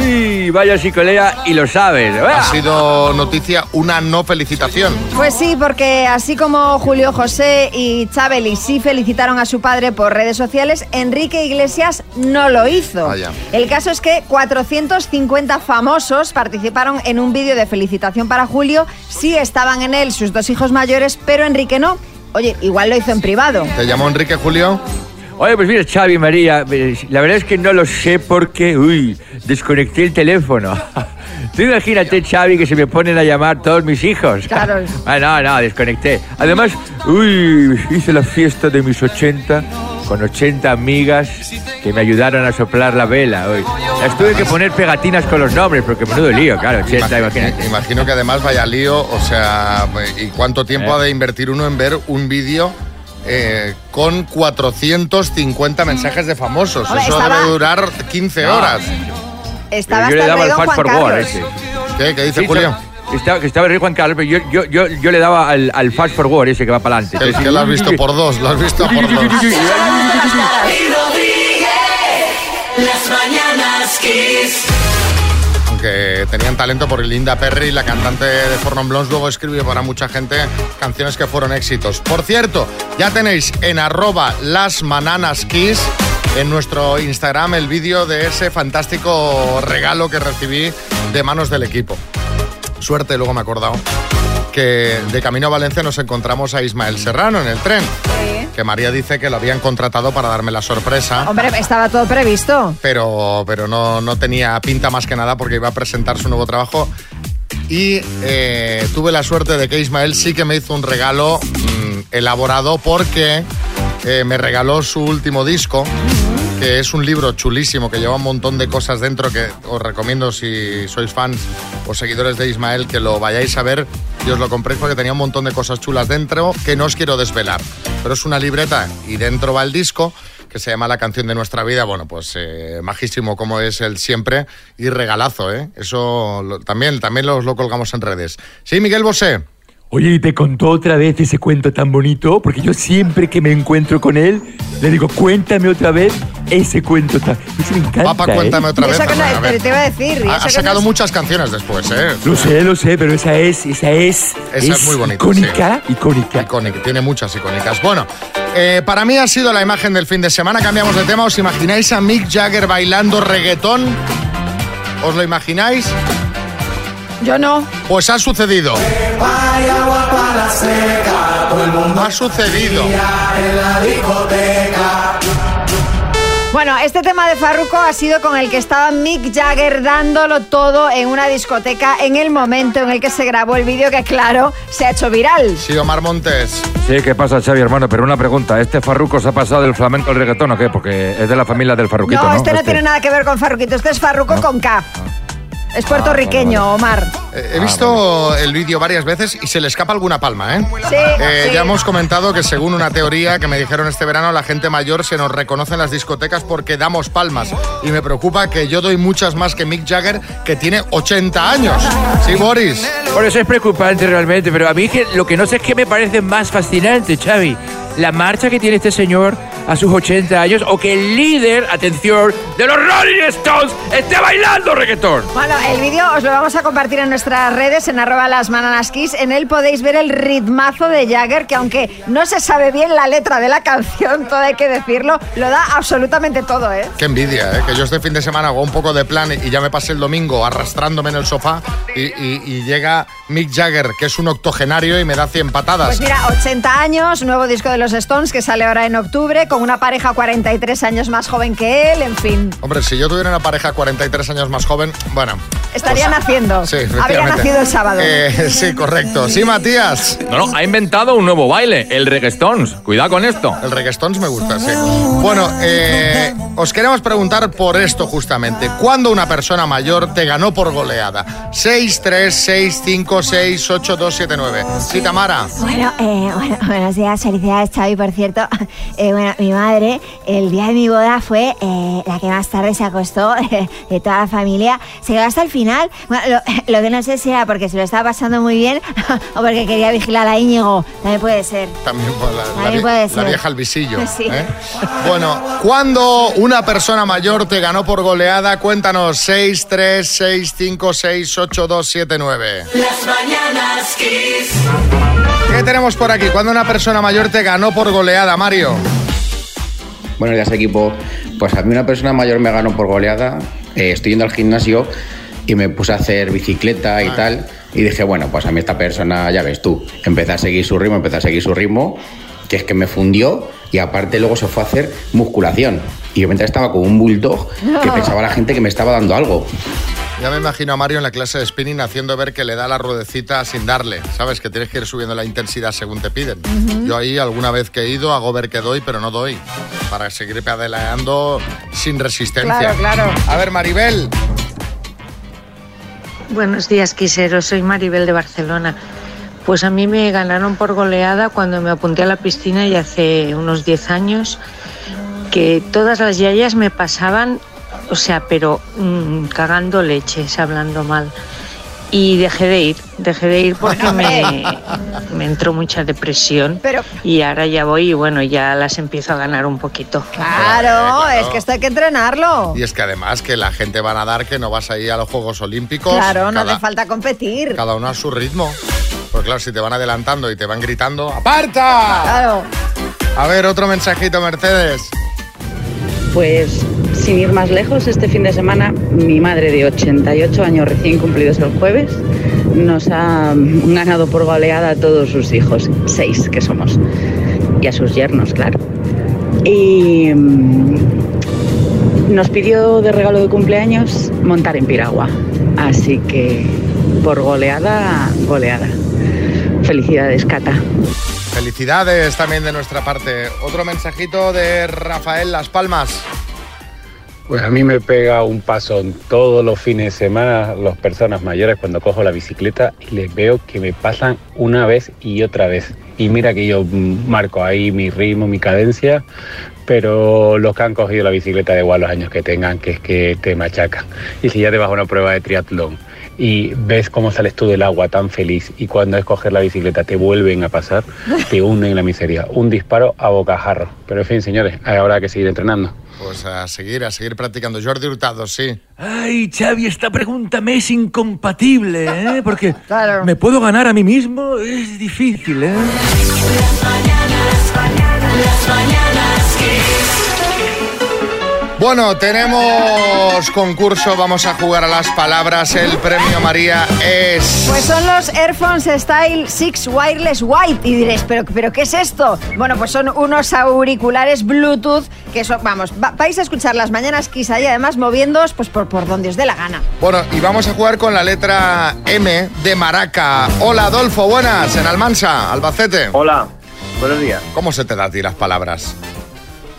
Speaker 6: Uy, vaya psicolea y lo sabes.
Speaker 3: Ha sido noticia una no felicitación.
Speaker 5: Pues sí, porque así como Julio José y Chabeli sí felicitaron a su padre por redes sociales, Enrique Iglesias no lo hizo.
Speaker 3: Vaya.
Speaker 5: El caso es que 450 famosos participaron en un vídeo de felicitación para Julio, sí estaban en él sus dos hijos mayores, pero Enrique no. Oye, igual lo hizo en privado.
Speaker 3: ¿Te llamó Enrique Julio?
Speaker 6: Oye, pues mira, Xavi María, eh, la verdad es que no lo sé porque, uy, desconecté el teléfono. Tú imagínate, Xavi, que se me ponen a llamar todos mis hijos.
Speaker 5: Claro.
Speaker 6: Ah, no, no, desconecté. Además, uy, hice la fiesta de mis 80 con 80 amigas que me ayudaron a soplar la vela hoy. Las tuve que poner pegatinas con los nombres porque menudo lío, claro, 80, imagínate.
Speaker 3: Imagino que además vaya lío, o sea, ¿y cuánto
Speaker 6: Eh.
Speaker 3: tiempo ha de invertir uno en ver un vídeo eh, con 450 mensajes de famosos?
Speaker 5: Hombre,
Speaker 3: Eso
Speaker 5: estaba-
Speaker 3: debe durar 15
Speaker 6: No.
Speaker 3: horas.
Speaker 5: Estaba
Speaker 6: Pero yo le
Speaker 5: hasta
Speaker 6: daba el
Speaker 5: el rey don
Speaker 6: fast
Speaker 5: Juan
Speaker 6: forward
Speaker 5: Carlos.
Speaker 6: ese.
Speaker 3: ¿Qué? ¿Qué dice
Speaker 6: Sí,
Speaker 3: Julio?
Speaker 6: que Estaba, que estaba el rey Juan Carlos, pero yo, yo, yo, yo le daba al, al fast forward ese que va para adelante.
Speaker 3: Que, que lo has visto por dos, lo has visto por dos.
Speaker 1: Y Rodríguez. Las mañanas kiss.
Speaker 3: Aunque tenían talento porque Linda Perry, la cantante de Fornon Blondes, luego escribió para mucha gente canciones que fueron éxitos. Por cierto, ya tenéis en arroba las kiss en nuestro Instagram el vídeo de ese fantástico regalo que recibí de manos del equipo. Suerte, luego me he acordado que de camino a Valencia nos encontramos a Ismael Serrano en el tren. Que María dice que lo habían contratado para darme la sorpresa
Speaker 5: Hombre, estaba todo previsto.
Speaker 3: pero, pero no, no tenía pinta más que nada porque iba a presentar su nuevo trabajo. Y eh, tuve la suerte de que Ismael sí que me hizo un regalo mm, elaborado porque eh, me regaló su último disco, que es un libro chulísimo que lleva un montón de cosas dentro que os recomiendo si sois fans o seguidores de Ismael que lo vayáis a ver y os lo compréis porque tenía un montón de cosas chulas dentro que no os quiero desvelar. Pero es una libreta y dentro va el disco que se llama La canción de nuestra vida. Bueno, pues eh, majísimo como es el siempre y regalazo, ¿eh? Eso lo- también, también los lo colgamos en redes. Sí, Miguel Bosé.
Speaker 15: Oye, ¿y te contó otra vez ese cuento tan bonito? Porque yo siempre que me encuentro con él, le digo, cuéntame otra vez ese cuento tan... Eso me encanta,
Speaker 3: Papá,
Speaker 15: ¿eh?
Speaker 3: cuéntame otra vez.
Speaker 5: Esa que no-
Speaker 3: Bueno, a ver.
Speaker 5: pero te iba a decir.
Speaker 3: Ha,
Speaker 5: esa
Speaker 3: ha
Speaker 5: que
Speaker 3: sacado
Speaker 5: no-
Speaker 3: muchas canciones después, ¿eh?
Speaker 15: Lo sé, lo sé, pero esa es, esa es...
Speaker 3: Esa es muy bonita.
Speaker 15: Icónica.
Speaker 3: icónica. Icónica, tiene muchas icónicas. Bueno, eh, para mí ha sido la imagen del fin de semana. Cambiamos de tema. ¿Os imagináis a Mick Jagger bailando reggaetón? ¿Os lo imagináis?
Speaker 5: Yo no.
Speaker 3: Pues ha sucedido.
Speaker 1: Vaya guapa la seca, todo el mundo
Speaker 3: ha sucedido. Eh,
Speaker 1: en la discoteca.
Speaker 5: Bueno, este tema de Farruko ha sido con el que estaba Mick Jagger dándolo todo en una discoteca en el momento en el que se grabó el vídeo que, claro, se ha hecho viral.
Speaker 3: Sí, Omar Montes.
Speaker 16: Sí, ¿qué pasa, Xavi, hermano? Pero una pregunta, ¿este farruco se ha pasado del flamenco al reggaetón o qué? Porque es de la familia del farruquito, ¿no?
Speaker 5: no, este no
Speaker 16: Este.
Speaker 5: tiene nada que ver con Farruquito, este es Farruko con K.
Speaker 16: Ah,
Speaker 5: Es puertorriqueño, Omar.
Speaker 3: Eh, He visto el vídeo varias veces y se le escapa alguna palma, ¿eh?
Speaker 5: Sí,
Speaker 3: Eh,
Speaker 5: sí.
Speaker 3: Ya hemos comentado que según una teoría que me dijeron este verano, la gente mayor se nos reconoce en las discotecas porque damos palmas. Y me preocupa que yo doy muchas más que Mick Jagger, que tiene 80 años. Sí, Boris.
Speaker 6: Por eso es preocupante realmente, pero a mí que- lo que no sé es que me parece más fascinante, Xavi. La marcha que tiene este señor a sus 80 años o que el líder, atención, de los Rolling Stones esté bailando reggaetón.
Speaker 5: Bueno, el vídeo os lo vamos a compartir en nuestras redes, en arroba las bananas kiss. En él podéis ver el ritmazo de Jagger, que aunque no se sabe bien la letra de la canción, todo hay que decirlo, lo da absolutamente todo, ¿eh?
Speaker 3: Qué envidia, ¿eh? que yo este fin de semana hago un poco de plan y ya me pasé el domingo arrastrándome en el sofá y, y- y llega Mick Jagger, que es un octogenario, y me da 100 patadas.
Speaker 5: Pues mira, 80 años, nuevo disco de los Stones que sale ahora en octubre, con una pareja 43 años más joven que él, en fin,
Speaker 3: Hombre, si yo tuviera una pareja 43 años más joven, bueno, pues,
Speaker 5: estarían haciendo.
Speaker 3: sí,
Speaker 5: Habría
Speaker 3: efectivamente.
Speaker 5: nacido el sábado.
Speaker 3: Eh, sí, correcto. Sí, Matías.
Speaker 12: No, no, ha inventado un nuevo baile, el reggaetons. Cuidado con esto.
Speaker 3: El reggaetons me gusta, sí. Bueno, eh, os queremos preguntar por esto justamente. ¿Cuándo una persona mayor te ganó por goleada? 6, 3, 6, 5, 6, 8, 2, 7, 9. Sí, Tamara.
Speaker 17: Bueno, eh, bueno, buenos días, felicidades Xavi, por cierto. Eh, bueno, mi madre, el día de mi boda fue eh, la que más tarde se acostó eh, de toda la familia. Se quedó hasta el final. Bueno, lo, lo que no sé si era porque se lo estaba pasando muy bien o porque quería vigilar a Íñigo. También puede ser.
Speaker 3: También pues, la, la
Speaker 17: También
Speaker 3: vie-
Speaker 17: puede
Speaker 3: la
Speaker 17: ser.
Speaker 3: vieja al visillo.
Speaker 17: Sí.
Speaker 3: ¿eh? Bueno, ¿cuándo una persona mayor te ganó por goleada? Cuéntanos. 6, 3, 6, 5, 6, 8, 2, 7, 9.
Speaker 1: Las mañanas kiss.
Speaker 3: ¿Qué tenemos por aquí? ¿Cuándo una persona mayor te ganó por goleada, Mario?
Speaker 18: Buenos días, equipo. Pues a mí una persona mayor me ganó por goleada. Eh, estoy yendo al gimnasio y me puse a hacer bicicleta y
Speaker 10: Ah.
Speaker 18: tal. Y dije, bueno, pues a mí esta persona, ya ves tú, empecé a seguir su ritmo, empecé a seguir su ritmo, que es que me fundió y aparte luego se fue a hacer musculación. Y yo mientras estaba como un bulldog, que pensaba la gente que me estaba dando algo.
Speaker 3: Ya me imagino a Mario en la clase de spinning haciendo ver que le da la ruedecita sin darle. Sabes que tienes que ir subiendo la intensidad según te piden.
Speaker 19: Ujú.
Speaker 3: Yo ahí alguna vez que he ido hago ver que doy, pero no doy. Para seguir pedaleando sin resistencia.
Speaker 5: Claro, claro.
Speaker 3: A ver, Maribel.
Speaker 20: Buenos días, Quisero. Soy Maribel de Barcelona. Pues a mí me ganaron por goleada cuando me apunté a la piscina y hace unos 10 años que todas las yayas me pasaban, o sea, pero mm, cagando leches, hablando mal. Y dejé de ir, dejé de ir porque me, me entró mucha depresión. y ahora ya voy y bueno, ya las empiezo a ganar un poquito.
Speaker 10: Ah,
Speaker 5: Claro, es que esto hay que entrenarlo.
Speaker 3: Y es que además que la gente va a nadar, que no vas a ir a los Juegos Olímpicos.
Speaker 5: Claro, no
Speaker 3: Cada-
Speaker 5: hace falta competir.
Speaker 3: Cada uno a su ritmo. Pues claro, si te van adelantando y te van gritando, ¡aparta!
Speaker 5: Claro.
Speaker 3: A ver, otro mensajito, Mercedes.
Speaker 21: Pues sin ir más lejos, este fin de semana mi madre de 88 años recién cumplidos el jueves nos ha mm, ganado por goleada a todos sus hijos, seis que somos, y a sus yernos, claro. Y mm, nos pidió de regalo de cumpleaños montar en piragua, así que por goleada, goleada. Felicidades, Cata.
Speaker 3: Felicidades también de nuestra parte. Otro mensajito de Rafael Las Palmas.
Speaker 22: Pues a mí me pega un pasón todos los fines de semana las personas mayores cuando cojo la bicicleta y les veo que me pasan una vez y otra vez. Y mira que yo mm, marco ahí mi ritmo, mi cadencia, pero los que han cogido la bicicleta da igual los años que tengan, que es que te machacan. Y si ya te vas a una prueba de triatlón y ves cómo sales tú del agua tan feliz y cuando es coger la bicicleta te vuelven a pasar, te hunden en la miseria. Un disparo a bocajarro. Pero en fin, señores, habrá que seguir entrenando.
Speaker 3: Pues a seguir, a seguir practicando. Jordi Hurtado, sí.
Speaker 15: Ay, Xavi, esta pregunta me es incompatible, ¿eh? Porque me puedo ganar a mí mismo, es difícil, ¿eh?
Speaker 3: Bueno, tenemos concurso, vamos a jugar a las palabras. El premio María es...
Speaker 5: Pues son los Airphones Style 6 Wireless White. Y diréis, ¿pero, ¿pero qué es esto? Bueno, pues son unos auriculares Bluetooth que son, vamos, va- vais a escuchar las mañanas quizá y además moviéndoos pues por, por donde os dé la gana.
Speaker 3: Bueno, y vamos a jugar con la letra M de Maraca. Hola, Adolfo, buenas, en Almansa, Albacete. Hola, buenos días. ¿Cómo se te da a ti las palabras?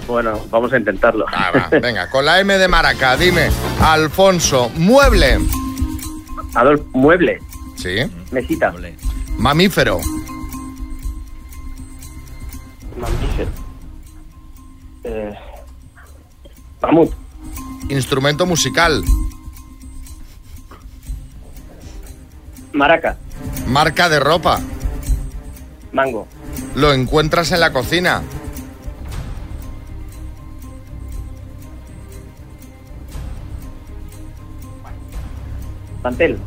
Speaker 19: Bueno, vamos a intentarlo.
Speaker 3: Ah, Venga, con la M de Maraca, dime, Alfonso, mueble.
Speaker 19: Adolfo, mueble.
Speaker 3: Sí.
Speaker 19: Mesita.
Speaker 3: Mamífero,
Speaker 19: Mamífero. Eh, mamut.
Speaker 3: instrumento musical,
Speaker 19: Maraca.
Speaker 3: marca de ropa,
Speaker 19: Mango.
Speaker 3: lo encuentras en la cocina,
Speaker 19: Mantel.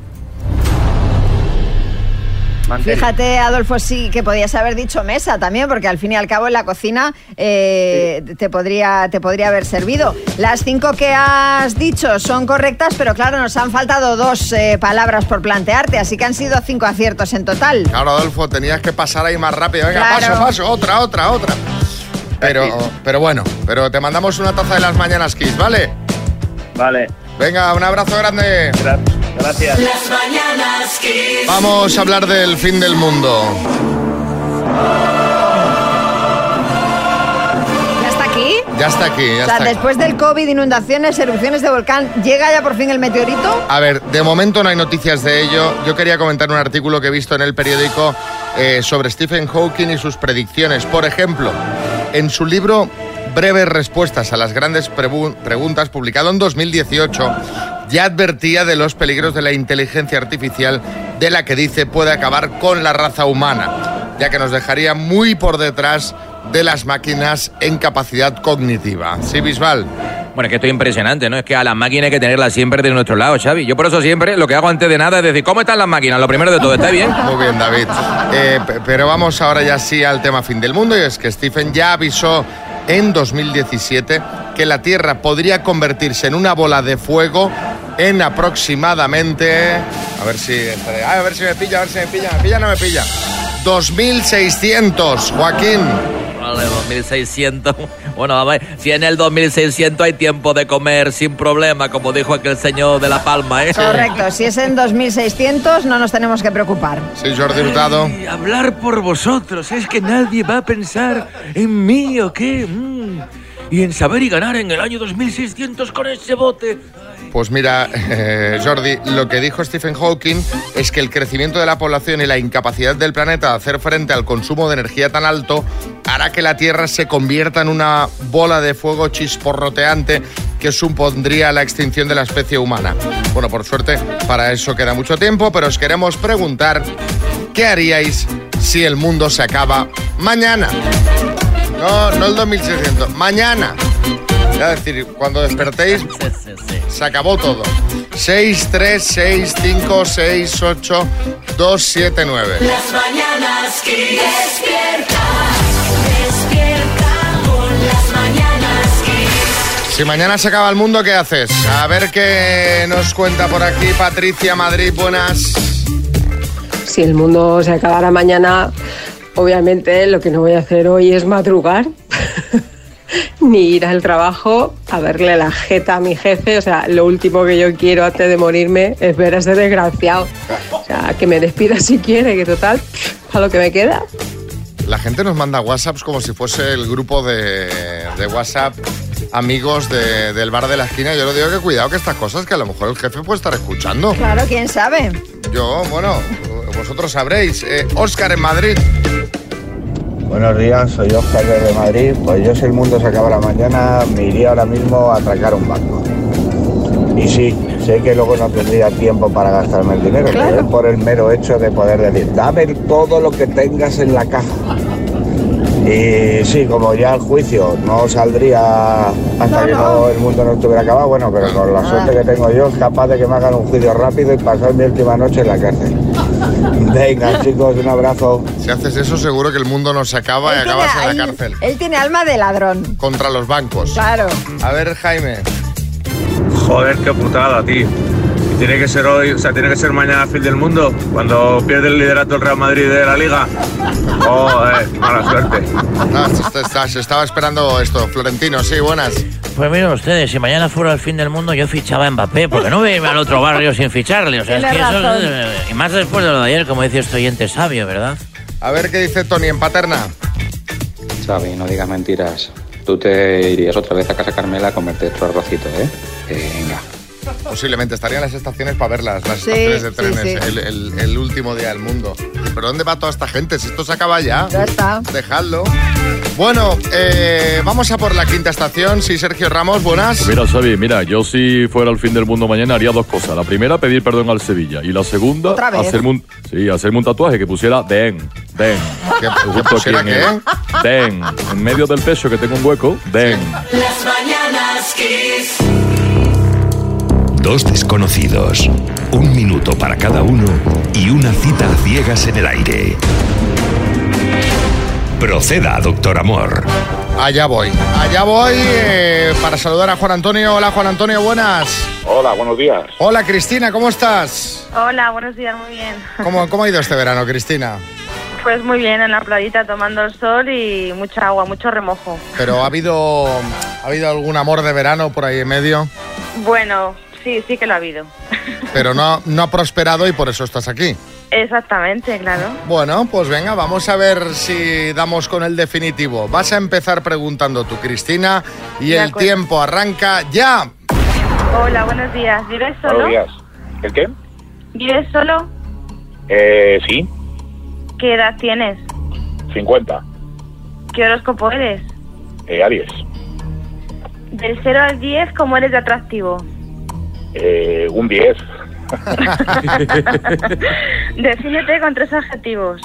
Speaker 19: Mantel.
Speaker 5: Fíjate, Adolfo, sí que podías haber dicho mesa también, porque al fin y al cabo en la cocina eh, te, podría, te podría haber servido. Las cinco que has dicho son correctas, pero claro, nos han faltado dos eh, palabras por plantearte, así que han sido cinco aciertos en total.
Speaker 3: Claro, Adolfo, tenías que pasar ahí más rápido. Venga,
Speaker 5: Claro.
Speaker 3: paso, paso, otra, otra, otra. Pero, pero bueno, pero te mandamos una taza de las mañanas Kiss, ¿vale?
Speaker 19: Vale.
Speaker 3: Venga, un abrazo grande.
Speaker 19: Gracias.
Speaker 1: Las mañanas Kiss.
Speaker 3: Vamos a hablar del fin del mundo.
Speaker 5: ¿Ya está aquí?
Speaker 3: Ya está aquí, ya
Speaker 5: o sea,
Speaker 3: está aquí.
Speaker 5: después del COVID, inundaciones, erupciones de volcán, ¿llega ya por fin el meteorito?
Speaker 3: A ver, de momento no hay noticias de ello. Yo quería comentar un artículo que he visto en el periódico eh, sobre Stephen Hawking y sus predicciones. Por ejemplo, en su libro Breves Respuestas a las Grandes Prebu- Preguntas, publicado en 2018, ya advertía de los peligros de la inteligencia artificial de la que dice puede acabar con la raza humana, ya que nos dejaría muy por detrás de las máquinas en capacidad cognitiva. Sí, Bisbal.
Speaker 6: Bueno, es que estoy impresionante, ¿no? Es que a las máquinas hay que tenerlas siempre de nuestro lado, Xavi. Yo por eso siempre lo que hago antes de nada es decir, ¿cómo están las máquinas? Lo primero de todo, ¿está bien?
Speaker 3: Muy bien, David. Eh, pe- pero vamos ahora ya sí al tema fin del mundo y es que Stephen ya avisó en 2017 que la Tierra podría convertirse en una bola de fuego en aproximadamente, a ver si, estaré- ah, a ver si me pilla, a ver si me pilla, me pilla o no me pilla, 2600, Joaquín.
Speaker 9: Vale, 2600. Bueno, a ver, si en el 2600 hay tiempo de comer sin problema, como dijo aquel señor de La Palma, ¿eh?
Speaker 5: Correcto, si es en 2600 no nos tenemos que preocupar.
Speaker 3: Sí, Jordi Hurtado.
Speaker 15: Y hablar por vosotros, es que nadie va a pensar en mí o qué. Mm. Y en saber y ganar en el año 2600 con ese bote.
Speaker 3: Pues mira, eh, Jordi, lo que dijo Stephen Hawking es que el crecimiento de la población y la incapacidad del planeta de hacer frente al consumo de energía tan alto hará que la Tierra se convierta en una bola de fuego chisporroteante que supondría la extinción de la especie humana. Bueno, por suerte, para eso queda mucho tiempo, pero os queremos preguntar, ¿qué haríais si el mundo se acaba mañana? No, no el 2600, mañana. Es decir, cuando despertéis, se acabó todo. 6, 3, 6, 5, 6, 8, 2, 7, 9.
Speaker 1: Las mañanas Kiss. Despierta. Despierta con las mañanas Kiss.
Speaker 3: Si mañana se acaba el mundo, ¿qué haces? A ver qué nos cuenta por aquí Patricia Madrid. Buenas.
Speaker 23: Si el mundo se acabara mañana, obviamente lo que no voy a hacer hoy es madrugar, ni ir al trabajo a verle la jeta a mi jefe. O sea, lo último que yo quiero antes de morirme es ver a ese desgraciado. O sea, que me despida si quiere, que total, para lo que me queda.
Speaker 3: La gente nos manda WhatsApps como si fuese el grupo de, de WhatsApp amigos de- del bar de la esquina. Yo le digo que cuidado que estas cosas que a lo mejor el jefe puede estar escuchando.
Speaker 5: Claro, quién sabe.
Speaker 3: Yo, bueno, vosotros sabréis. Eh, Oscar en Madrid.
Speaker 7: Buenos días, soy Oscar desde Madrid. Pues yo si el mundo se acaba la mañana, me iría ahora mismo a atracar un banco. Y sí, sé que luego no tendría tiempo para gastarme el dinero, pero es por el mero hecho de poder decir, dame todo lo que tengas en la caja. Y sí, como ya el juicio no saldría hasta que no, Ah. el mundo no estuviera acabado, bueno, pero con la suerte que tengo yo, es capaz de que me hagan un juicio rápido y pasar mi última noche en la cárcel. Venga, chicos, un abrazo.
Speaker 3: Si haces eso, seguro que el mundo no se acaba y acabas en la cárcel.
Speaker 5: Él tiene alma de ladrón.
Speaker 3: Contra los bancos.
Speaker 5: Claro.
Speaker 3: A ver, Jaime.
Speaker 24: Joder, qué putada, tío. Y Tiene que ser hoy, o sea, tiene que ser mañana fin del mundo, cuando pierde el liderato el Real Madrid de la Liga. Joder, Ah. Oh, eh, mala suerte.
Speaker 3: Ah, se está- está- se estaba esperando esto. Florentino, sí, buenas.
Speaker 25: Pues miren ustedes, si mañana fuera el fin del mundo, yo fichaba a Mbappé, porque no voy a irme al otro barrio sin ficharle. O sea, es que
Speaker 3: Tienes
Speaker 25: eso-
Speaker 3: razón.
Speaker 25: y más después de lo de ayer, como dice este oyente sabio, ¿verdad?
Speaker 3: A ver qué dice Tony en Paterna.
Speaker 7: Xavi, no digas mentiras. Tú te irías otra vez a casa Carmela a comerte tu arrocito, ¿eh? Venga.
Speaker 3: Posiblemente estarían las estaciones para verlas, las
Speaker 7: Sí,
Speaker 3: estaciones de
Speaker 7: sí,
Speaker 3: trenes,
Speaker 7: sí.
Speaker 3: El, el- el último día del mundo. ¿Pero dónde va toda esta gente? Si esto se acaba ya.
Speaker 5: Ya está.
Speaker 3: Dejadlo. Bueno, eh, vamos a por la quinta estación. Sí, Sergio Ramos, buenas.
Speaker 26: Mira, Xavi, mira, yo si fuera el fin del mundo mañana haría dos cosas. La primera, pedir perdón al Sevilla. Y la segunda,
Speaker 3: ¿Otra vez?
Speaker 26: hacerme un, sí, hacerme un tatuaje que pusiera Den. Den.
Speaker 3: ¿Qué,
Speaker 26: pusiera Den. En medio del pecho que tengo un hueco, Den.
Speaker 1: Las mañanas Kiss.
Speaker 14: Dos desconocidos, un minuto para cada uno y una cita a ciegas en el aire. Proceda, doctor Amor.
Speaker 3: Allá voy. Allá voy eh, para saludar a Juan Antonio. Hola, Juan Antonio, buenas.
Speaker 27: Hola, buenos días.
Speaker 3: Hola, Cristina, ¿cómo estás?
Speaker 10: Hola, buenos días, muy bien.
Speaker 3: ¿Cómo, cómo ha ido este verano, Cristina?
Speaker 10: Pues muy bien, en la playita tomando el sol y mucha agua, mucho remojo.
Speaker 3: ¿Pero ha habido, ha habido algún amor de verano por ahí en medio?
Speaker 10: Bueno, sí, sí que lo ha habido.
Speaker 3: Pero no, no ha prosperado y por eso estás aquí.
Speaker 10: Exactamente, claro.
Speaker 3: Bueno, pues venga, vamos a ver si damos con el definitivo. Vas a empezar preguntando tú, Cristina, y
Speaker 10: De
Speaker 3: el
Speaker 10: acuerdo.
Speaker 3: tiempo arranca ya.
Speaker 10: Hola, buenos días. ¿Vives solo?
Speaker 27: Buenos días. ¿El qué?
Speaker 10: ¿Vives solo?
Speaker 27: Eh, sí,
Speaker 10: ¿Qué edad tienes?
Speaker 27: 50.
Speaker 10: ¿Qué horóscopo eres?
Speaker 27: Eh, Aries.
Speaker 10: Del 0 al 10, ¿cómo eres de atractivo?
Speaker 27: Eh, un 10.
Speaker 10: Defínete con tres adjetivos.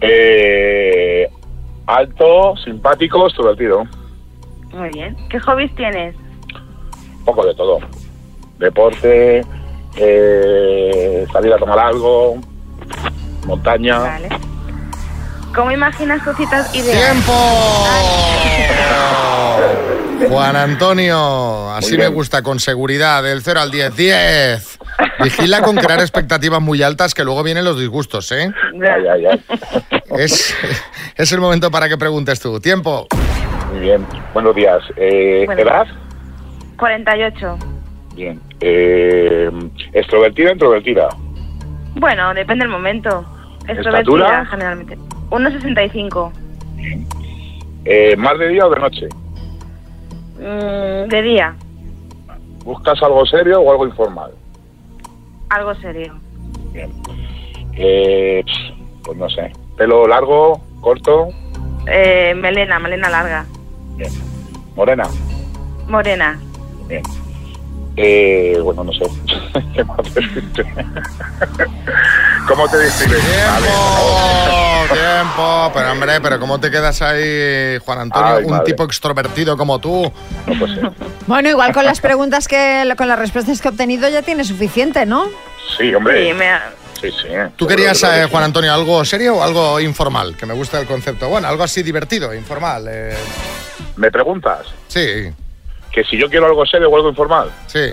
Speaker 27: Eh, alto, simpático, extrovertido.
Speaker 10: Muy bien. ¿Qué hobbies tienes?
Speaker 27: Un poco de todo. Deporte, eh, salir a tomar algo, montaña.
Speaker 10: ¿Cómo imaginas tus citas ideales?
Speaker 3: Juan Antonio, así
Speaker 27: Muy
Speaker 3: me
Speaker 27: bien.
Speaker 3: gusta, con seguridad, del 0 al 10. 10. Vigila con crear expectativas muy altas que luego vienen los disgustos, ¿eh? Es, es el momento para que preguntes tú. Tiempo.
Speaker 27: Muy bien. Buenos días. Eh,
Speaker 10: Buenos
Speaker 27: ¿Edad?
Speaker 10: 48.
Speaker 27: Bien. Eh, ¿Extrovertida, introvertida?
Speaker 10: Bueno, depende del momento.
Speaker 27: ¿Estatura?
Speaker 10: Extrovertida, generalmente. 1,65.
Speaker 27: Eh, ¿Más de día o de noche?
Speaker 10: Mm, de día,
Speaker 27: ¿Buscas algo serio o algo informal?
Speaker 10: algo serio.
Speaker 27: Eh, pf, pues no sé. Pelo largo, corto,
Speaker 10: Eh, melena, melena larga.
Speaker 27: morena.
Speaker 10: Morena.
Speaker 27: Bien. Eh, bueno, no sé. ¿Qué más decirte? ¿Cómo te describes? Vale,
Speaker 3: Oh, tiempo. Pero hombre, pero ¿cómo te quedas ahí, Juan Antonio?
Speaker 27: Ay,
Speaker 3: un
Speaker 27: madre.
Speaker 3: tipo extrovertido como tú.
Speaker 5: Bueno, igual con las preguntas que, con las respuestas que he obtenido ya tiene suficiente, ¿no?
Speaker 27: Sí, hombre.
Speaker 10: Sí,
Speaker 27: Sí, sí.
Speaker 3: ¿Tú querías, eh, Juan Antonio, algo serio o algo informal? Que me gusta el concepto. Bueno, algo así divertido, informal. eh.
Speaker 27: ¿Me preguntas?
Speaker 3: Sí.
Speaker 27: ¿Que si yo quiero algo serio o algo informal?
Speaker 3: Sí.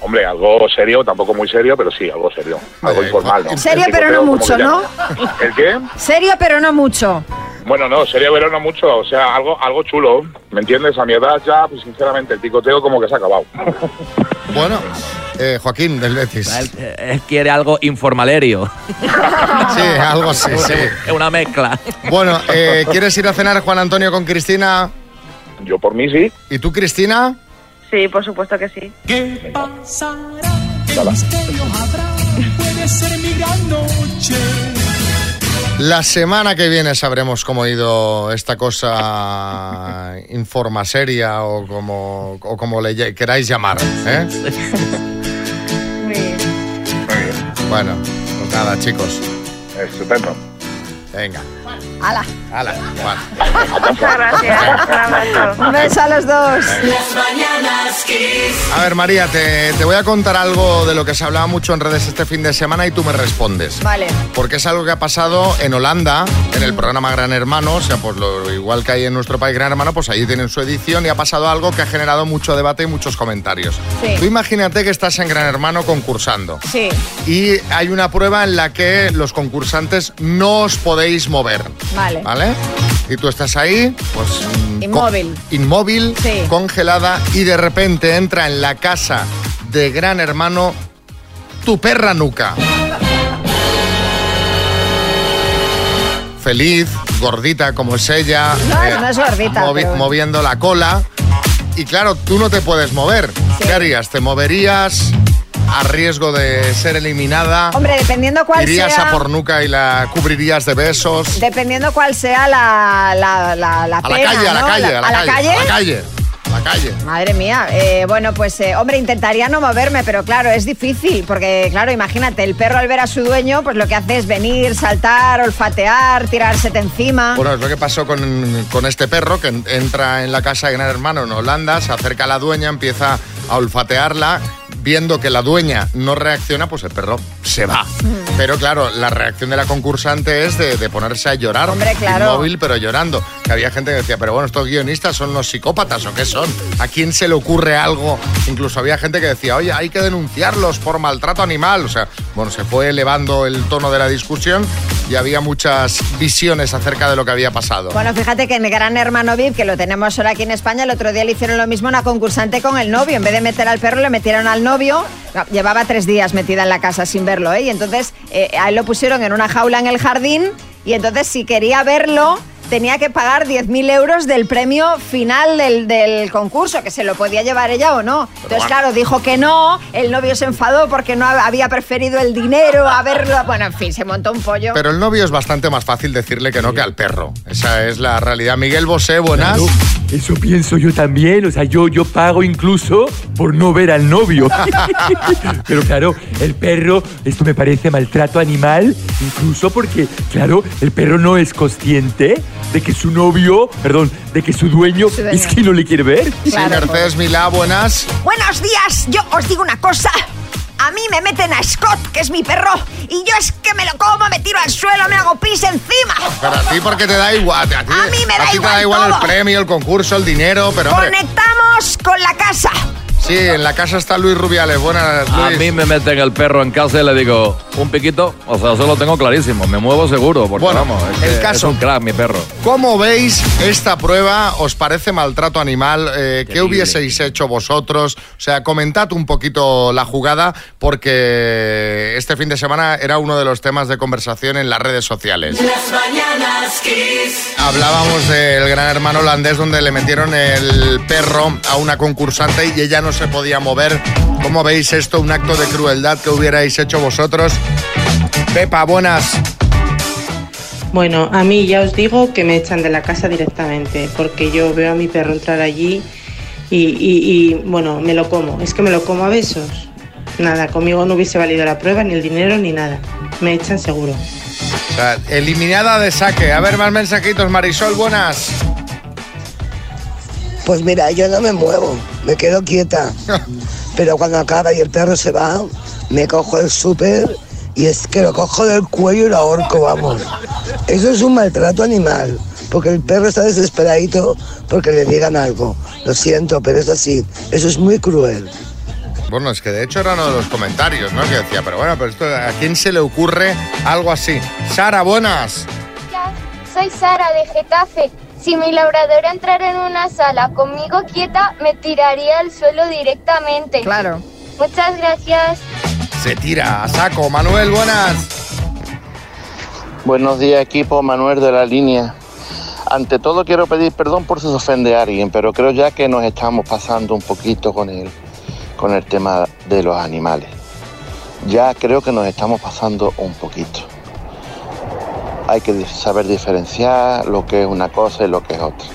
Speaker 27: Hombre, algo serio, tampoco muy serio, pero sí, algo serio. Algo informal, ¿no?
Speaker 5: Serio,
Speaker 27: El
Speaker 5: pero no
Speaker 27: picoteo,
Speaker 5: mucho,
Speaker 27: como
Speaker 5: ¿no?
Speaker 27: que llama. ¿El qué?
Speaker 5: Serio, pero no mucho.
Speaker 27: Bueno, no, sería verano mucho, o sea, algo algo chulo, ¿me entiendes? A mi edad ya, pues sinceramente, el picoteo como que se ha acabado.
Speaker 3: Bueno, eh, Joaquín del Betis.
Speaker 9: Él quiere algo informalerio.
Speaker 3: Sí, algo así, sí.
Speaker 9: Es una mezcla.
Speaker 3: Bueno, eh, ¿quieres ir a cenar Juan Antonio con Cristina?
Speaker 27: Yo por mí sí.
Speaker 3: ¿Y tú, Cristina?
Speaker 10: Sí, por supuesto que sí.
Speaker 1: ¿Qué pasará? ¿Qué misterio habrá? Puede ser mi gran noche.
Speaker 3: La semana que viene sabremos cómo ha ido esta cosa informa seria o como, o como le lle- queráis llamar. ¿eh? Bueno, pues nada, chicos.
Speaker 27: Estupendo.
Speaker 3: Venga,
Speaker 5: ¡Hala!
Speaker 3: hala. vale.
Speaker 5: Muchas
Speaker 27: gracias.
Speaker 5: Un abrazo. Un beso a los dos.
Speaker 1: Las mañanas Kiss.
Speaker 3: A ver, María, te, te voy a contar algo de lo que se hablaba mucho en redes este fin de semana y tú me respondes.
Speaker 5: Vale.
Speaker 3: Porque es algo que ha pasado en Holanda, en el programa Gran Hermano, o sea, pues lo igual que hay en nuestro país Gran Hermano, pues allí tienen su edición y ha pasado algo que ha generado mucho debate y muchos comentarios.
Speaker 5: Sí.
Speaker 3: Tú imagínate que estás en Gran Hermano concursando
Speaker 5: Sí.
Speaker 3: y hay una prueba en la que los concursantes no os podéis mover.
Speaker 5: Vale.
Speaker 3: ¿Vale? Y tú estás ahí, pues... mm,
Speaker 5: Inmóvil.
Speaker 3: co- Inmóvil, congelada, y de repente entra en la casa de Gran Hermano tu perra nuca. Feliz, gordita como es ella.
Speaker 5: No,
Speaker 3: eh,
Speaker 5: no es gordita,
Speaker 3: movi-
Speaker 5: pero-
Speaker 3: Moviendo la cola. Y claro, tú no te puedes mover. ¿Qué harías? ¿Te moverías a riesgo de ser eliminada?
Speaker 5: Hombre, dependiendo cuál
Speaker 3: ¿Irías
Speaker 5: sea.
Speaker 3: a por nuca y la cubrirías de besos?
Speaker 5: Dependiendo cuál sea la, la, la, la
Speaker 3: a la
Speaker 5: pena,
Speaker 3: calle, a la
Speaker 5: ¿no?
Speaker 3: calle, a la, calle. A la calle. A la calle.
Speaker 5: Madre mía, eh, bueno, pues eh, hombre, intentaría no moverme, pero claro, es difícil, porque claro, imagínate, el perro al ver a su dueño, pues lo que hace es venir, saltar, olfatear, tirársete encima.
Speaker 3: Bueno, es lo que pasó con, con este perro que en- entra en la casa de Gran Hermano en Holanda, se acerca a la dueña, empieza a olfatearla, viendo que la dueña no reacciona, pues el perro se va.
Speaker 5: Mm.
Speaker 3: Pero claro, la reacción de la concursante es de, de ponerse a llorar.
Speaker 5: Hombre, claro.
Speaker 3: Inmóvil, pero llorando. Que había gente que decía, pero bueno, estos guionistas son los psicópatas o qué son. ¿A quién se le ocurre algo? Incluso había gente que decía, oye, hay que denunciarlos por maltrato animal. O sea, bueno, se fue elevando el tono de la discusión y había muchas visiones acerca de lo que había pasado.
Speaker 5: Bueno, fíjate que en el Gran Hermano VIP, que lo tenemos ahora aquí en España, el otro día le hicieron lo mismo a una concursante con el novio. En vez de meter al perro, le metieron al novio. No, Llevaba tres días metida en la casa sin verlo, ¿eh? Y entonces eh, a él lo pusieron en una jaula en el jardín y entonces si quería verlo... Tenía que pagar 10.000 euros del premio final del, del concurso, que se lo podía llevar ella o no. Entonces, claro, dijo que no, el novio se enfadó porque no había preferido el dinero a verlo. Bueno, en fin, se montó un pollo.
Speaker 3: Pero el novio es bastante más fácil decirle que no que al perro. Esa es la realidad. Miguel Bosé, buenas.
Speaker 15: Claro, eso pienso yo también. O sea, yo, yo pago incluso por no ver al novio. Pero claro, el perro, esto me parece maltrato animal, incluso porque, claro, el perro no es consciente de que su novio, perdón, de que su dueño,
Speaker 5: Su dueño.
Speaker 15: es que no le quiere ver.
Speaker 3: Sí, Mercedes Milá, buenas.
Speaker 5: Buenos días, yo os digo una cosa. A mí me meten a Scott, que es mi perro, y yo es que me lo como, me tiro al suelo, me hago pis encima.
Speaker 3: Pero a ti porque te da igual. A, ti,
Speaker 5: mí me
Speaker 3: a
Speaker 5: da
Speaker 3: ti te
Speaker 5: igual
Speaker 3: da igual
Speaker 5: todo.
Speaker 3: el premio, el concurso, el dinero, pero hombre,
Speaker 5: Conectamos con la casa.
Speaker 3: Sí, en la casa está Luis Rubiales. Buenas,
Speaker 6: Ah,
Speaker 9: A
Speaker 3: Luis.
Speaker 9: mí me meten el perro en casa y le digo, un piquito, o sea, eso lo tengo clarísimo, me muevo seguro, porque
Speaker 3: Bueno,
Speaker 9: vamos, es,
Speaker 3: el
Speaker 9: que
Speaker 3: caso.
Speaker 9: es un crack mi perro.
Speaker 3: ¿Cómo veis esta prueba? ¿Os parece maltrato animal? Eh, ¿Qué hubieseis hecho vosotros? O sea, comentad un poquito la jugada porque este fin de semana era uno de los temas de conversación en las redes sociales.
Speaker 1: Las mañanas Kiss.
Speaker 3: Hablábamos del gran hermano holandés donde le metieron el perro a una concursante y ella no se podía mover. ¿Cómo veis esto? Un acto de crueldad que hubierais hecho vosotros. Pepa, buenas.
Speaker 2: Bueno, a mí ya os digo que me echan de la casa directamente, porque yo veo a mi perro entrar allí y, y- y, bueno, me lo como, es que me lo como a besos. Nada, conmigo no hubiese valido la prueba, ni el dinero, ni nada. Me echan seguro.
Speaker 3: O sea, eliminada de saque. A ver, más mensajitos. Marisol, buenas.
Speaker 16: Pues mira, yo no me muevo, me quedo quieta. Pero cuando acaba y el perro se va, me cojo el súper y es que lo cojo del cuello y lo ahorco, vamos. Eso es un maltrato animal, porque el perro está desesperadito porque le digan algo. Lo siento, pero es así. Eso es muy cruel.
Speaker 3: Bueno, es que de hecho era uno de los comentarios, ¿no? Que decía, pero bueno, pero esto, ¿a quién se le ocurre algo así? Sara, buenas.
Speaker 28: soy Sara de Getafe. Si mi labradora entrara en una sala conmigo quieta, me tiraría al suelo directamente.
Speaker 5: Claro.
Speaker 28: Muchas gracias.
Speaker 3: Se tira a saco. Manuel, buenas.
Speaker 6: Buenos días equipo, Manuel de la línea. Ante todo quiero pedir perdón por si se ofende a alguien, pero creo ya que nos estamos pasando un poquito con el, con el tema de los animales. Ya creo que nos estamos pasando un poquito. Hay que di- saber diferenciar lo que es una cosa y lo que es otra.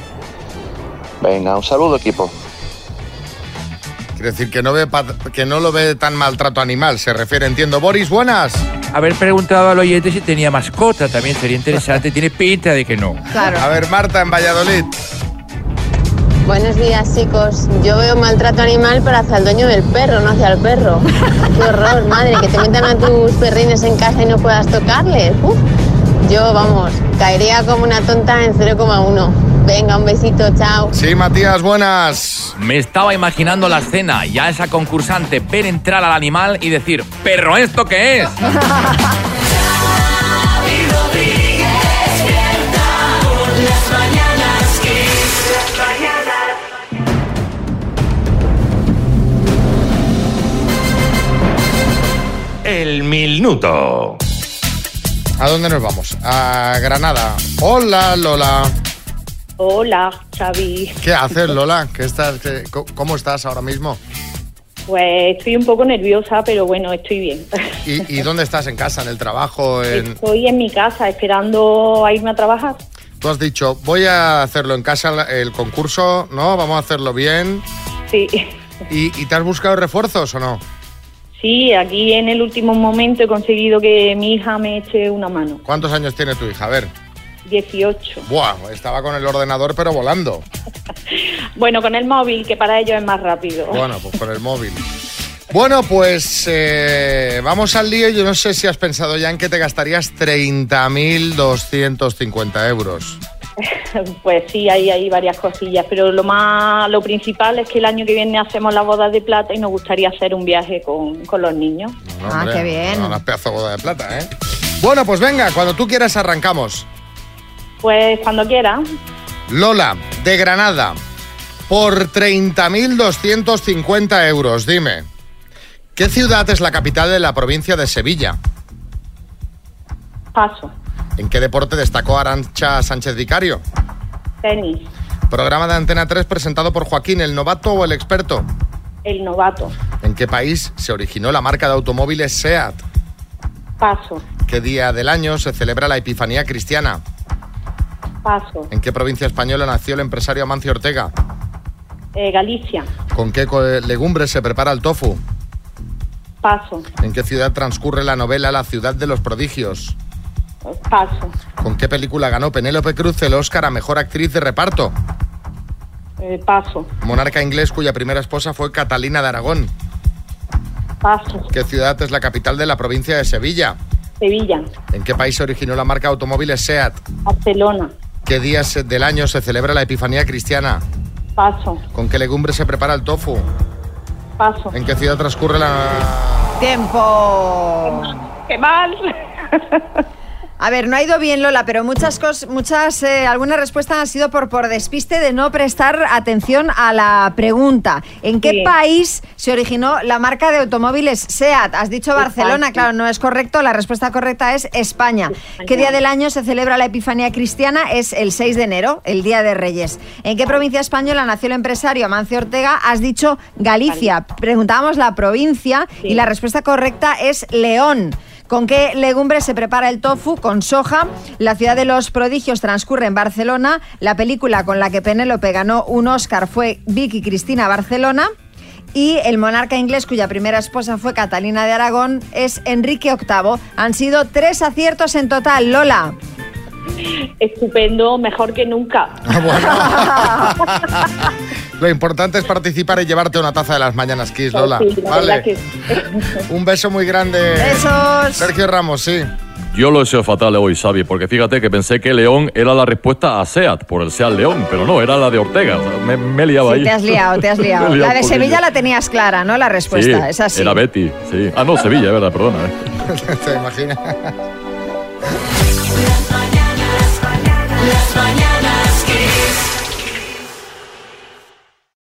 Speaker 6: Venga, un saludo equipo.
Speaker 3: Quiero decir que no, ve pat- que no lo ve tan maltrato animal, se refiere, entiendo. Boris, buenas.
Speaker 29: Haber preguntado al oyente si tenía mascota también sería interesante. Tiene pinta de que no.
Speaker 3: A ver, Marta en Valladolid.
Speaker 30: Buenos días, chicos. Yo veo maltrato animal, pero hacia el dueño del perro, no hacia el perro. Qué horror, madre, que te metan a tus perrines en casa y no puedas tocarles. Uf. Yo, vamos, caería como una tonta en 0,1. Venga, un besito, chao.
Speaker 3: Sí, Matías, buenas.
Speaker 1: Me estaba imaginando la escena y a esa concursante ver entrar al animal y decir, ¿perro esto qué es?
Speaker 3: El minuto. ¿A dónde nos vamos? A Granada. Hola, Lola.
Speaker 10: Hola, Xavi.
Speaker 3: ¿Qué haces, Lola? ¿Qué estás, qué- co- ¿Cómo estás ahora mismo?
Speaker 10: Pues estoy un poco nerviosa, pero bueno, estoy bien.
Speaker 3: ¿Y, y dónde estás? ¿En casa? ¿En el trabajo? En...
Speaker 10: Estoy en mi casa esperando a irme a trabajar.
Speaker 3: Tú has dicho, voy a hacerlo en casa la- el concurso, ¿no? Vamos a hacerlo bien.
Speaker 10: Sí.
Speaker 3: ¿Y, y te has buscado refuerzos o no?
Speaker 10: Sí, aquí en el último momento he conseguido que mi hija me eche una mano.
Speaker 3: ¿Cuántos años tiene tu hija? A ver.
Speaker 10: 18.
Speaker 3: Buah, estaba con el ordenador pero volando.
Speaker 10: Bueno, con el móvil, que para ellos es más rápido.
Speaker 3: Bueno, pues con el móvil. Bueno, pues eh, vamos al lío. Yo no sé si has pensado ya en que te gastarías 30.250 euros.
Speaker 10: Pues sí, hay, hay varias cosillas, pero lo más, lo principal es que el año que viene hacemos la boda de plata y nos gustaría hacer un viaje con, con los niños.
Speaker 3: No, hombre, no, Una pedazo de boda de plata, ¿eh? Bueno, pues venga, cuando tú quieras arrancamos.
Speaker 10: Pues cuando quieras.
Speaker 3: Lola, de Granada, por 30.250 euros, dime. ¿Qué ciudad es la capital de la provincia de Sevilla?
Speaker 10: Paso.
Speaker 3: ¿En qué deporte destacó Arancha Sánchez Vicario?
Speaker 10: Tenis,
Speaker 3: Programa de Antena 3 presentado por Joaquín, el novato o el experto.
Speaker 10: el novato.
Speaker 3: ¿En qué país se originó la marca de automóviles SEAT?
Speaker 10: Paso,
Speaker 3: ¿Qué día del año se celebra la Epifanía Cristiana?
Speaker 10: paso.
Speaker 3: ¿En qué provincia española nació el empresario Amancio Ortega?
Speaker 10: Eh, Galicia,
Speaker 3: ¿Con qué co- legumbres se prepara el tofu?
Speaker 10: paso,
Speaker 3: ¿En qué ciudad transcurre la novela La ciudad de los prodigios?
Speaker 10: paso.
Speaker 3: ¿Con qué película ganó Penélope Cruz el Oscar a mejor actriz de reparto?
Speaker 10: Eh, paso,
Speaker 3: Monarca inglés cuya primera esposa fue Catalina de Aragón.
Speaker 10: paso.
Speaker 3: ¿Qué ciudad es la capital de la provincia de Sevilla?
Speaker 10: Sevilla,
Speaker 3: ¿En qué país se originó la marca de automóviles SEAT?
Speaker 10: Barcelona,
Speaker 3: ¿Qué días del año se celebra la Epifanía Cristiana?
Speaker 10: paso,
Speaker 3: ¿Con qué legumbre se prepara el tofu?
Speaker 10: paso.
Speaker 3: ¿En qué ciudad transcurre la...
Speaker 5: Tiempo.
Speaker 10: Qué mal.
Speaker 5: A ver, no ha ido bien Lola, pero muchas cosas, muchas, eh, algunas respuestas han sido por, por despiste de no prestar atención a la pregunta. ¿En qué
Speaker 10: Sí.
Speaker 5: país se originó la marca de automóviles SEAT? Has dicho Barcelona,
Speaker 10: Exacto.
Speaker 5: claro, no es correcto. La respuesta correcta es España. ¿Qué día del año se celebra la Epifanía Cristiana? Es el 6 de enero, el Día de Reyes. ¿En qué provincia española nació el empresario Amancio Ortega? Has dicho Galicia. Preguntábamos la provincia y la respuesta correcta es León. ¿Con qué legumbres se prepara el tofu? Con soja. La ciudad de los prodigios transcurre en Barcelona. La película con la que Penélope ganó un Oscar fue Vicky Cristina Barcelona. Y el monarca inglés cuya primera esposa fue Catalina de Aragón es Enrique VIII. Han sido tres aciertos en total, Lola.
Speaker 3: Mm.
Speaker 10: Estupendo, mejor que nunca.
Speaker 3: Lo importante es participar y llevarte una taza de las mañanas, Kiss, Lola.
Speaker 10: Sí, la verdad
Speaker 3: Vale.
Speaker 10: que-
Speaker 3: Un beso muy grande.
Speaker 5: Besos.
Speaker 3: Sergio Ramos, sí.
Speaker 26: Yo lo he hecho fatal hoy, Xavi, porque fíjate que pensé que León era la respuesta a SEAT, por el SEAT León, pero no, era la de Ortega. O sea, me, me liaba
Speaker 5: Sí,
Speaker 26: ahí.
Speaker 5: te has liado, te has
Speaker 26: Me he
Speaker 5: liado.
Speaker 26: liado
Speaker 5: La
Speaker 26: un
Speaker 5: de
Speaker 26: poquillo.
Speaker 5: Sevilla la tenías clara, ¿no? La respuesta,
Speaker 26: Sí,
Speaker 5: es así.
Speaker 26: Era Betty, sí. Ah, no, Sevilla, es verdad, perdona. eh.
Speaker 3: ¿Te imaginas?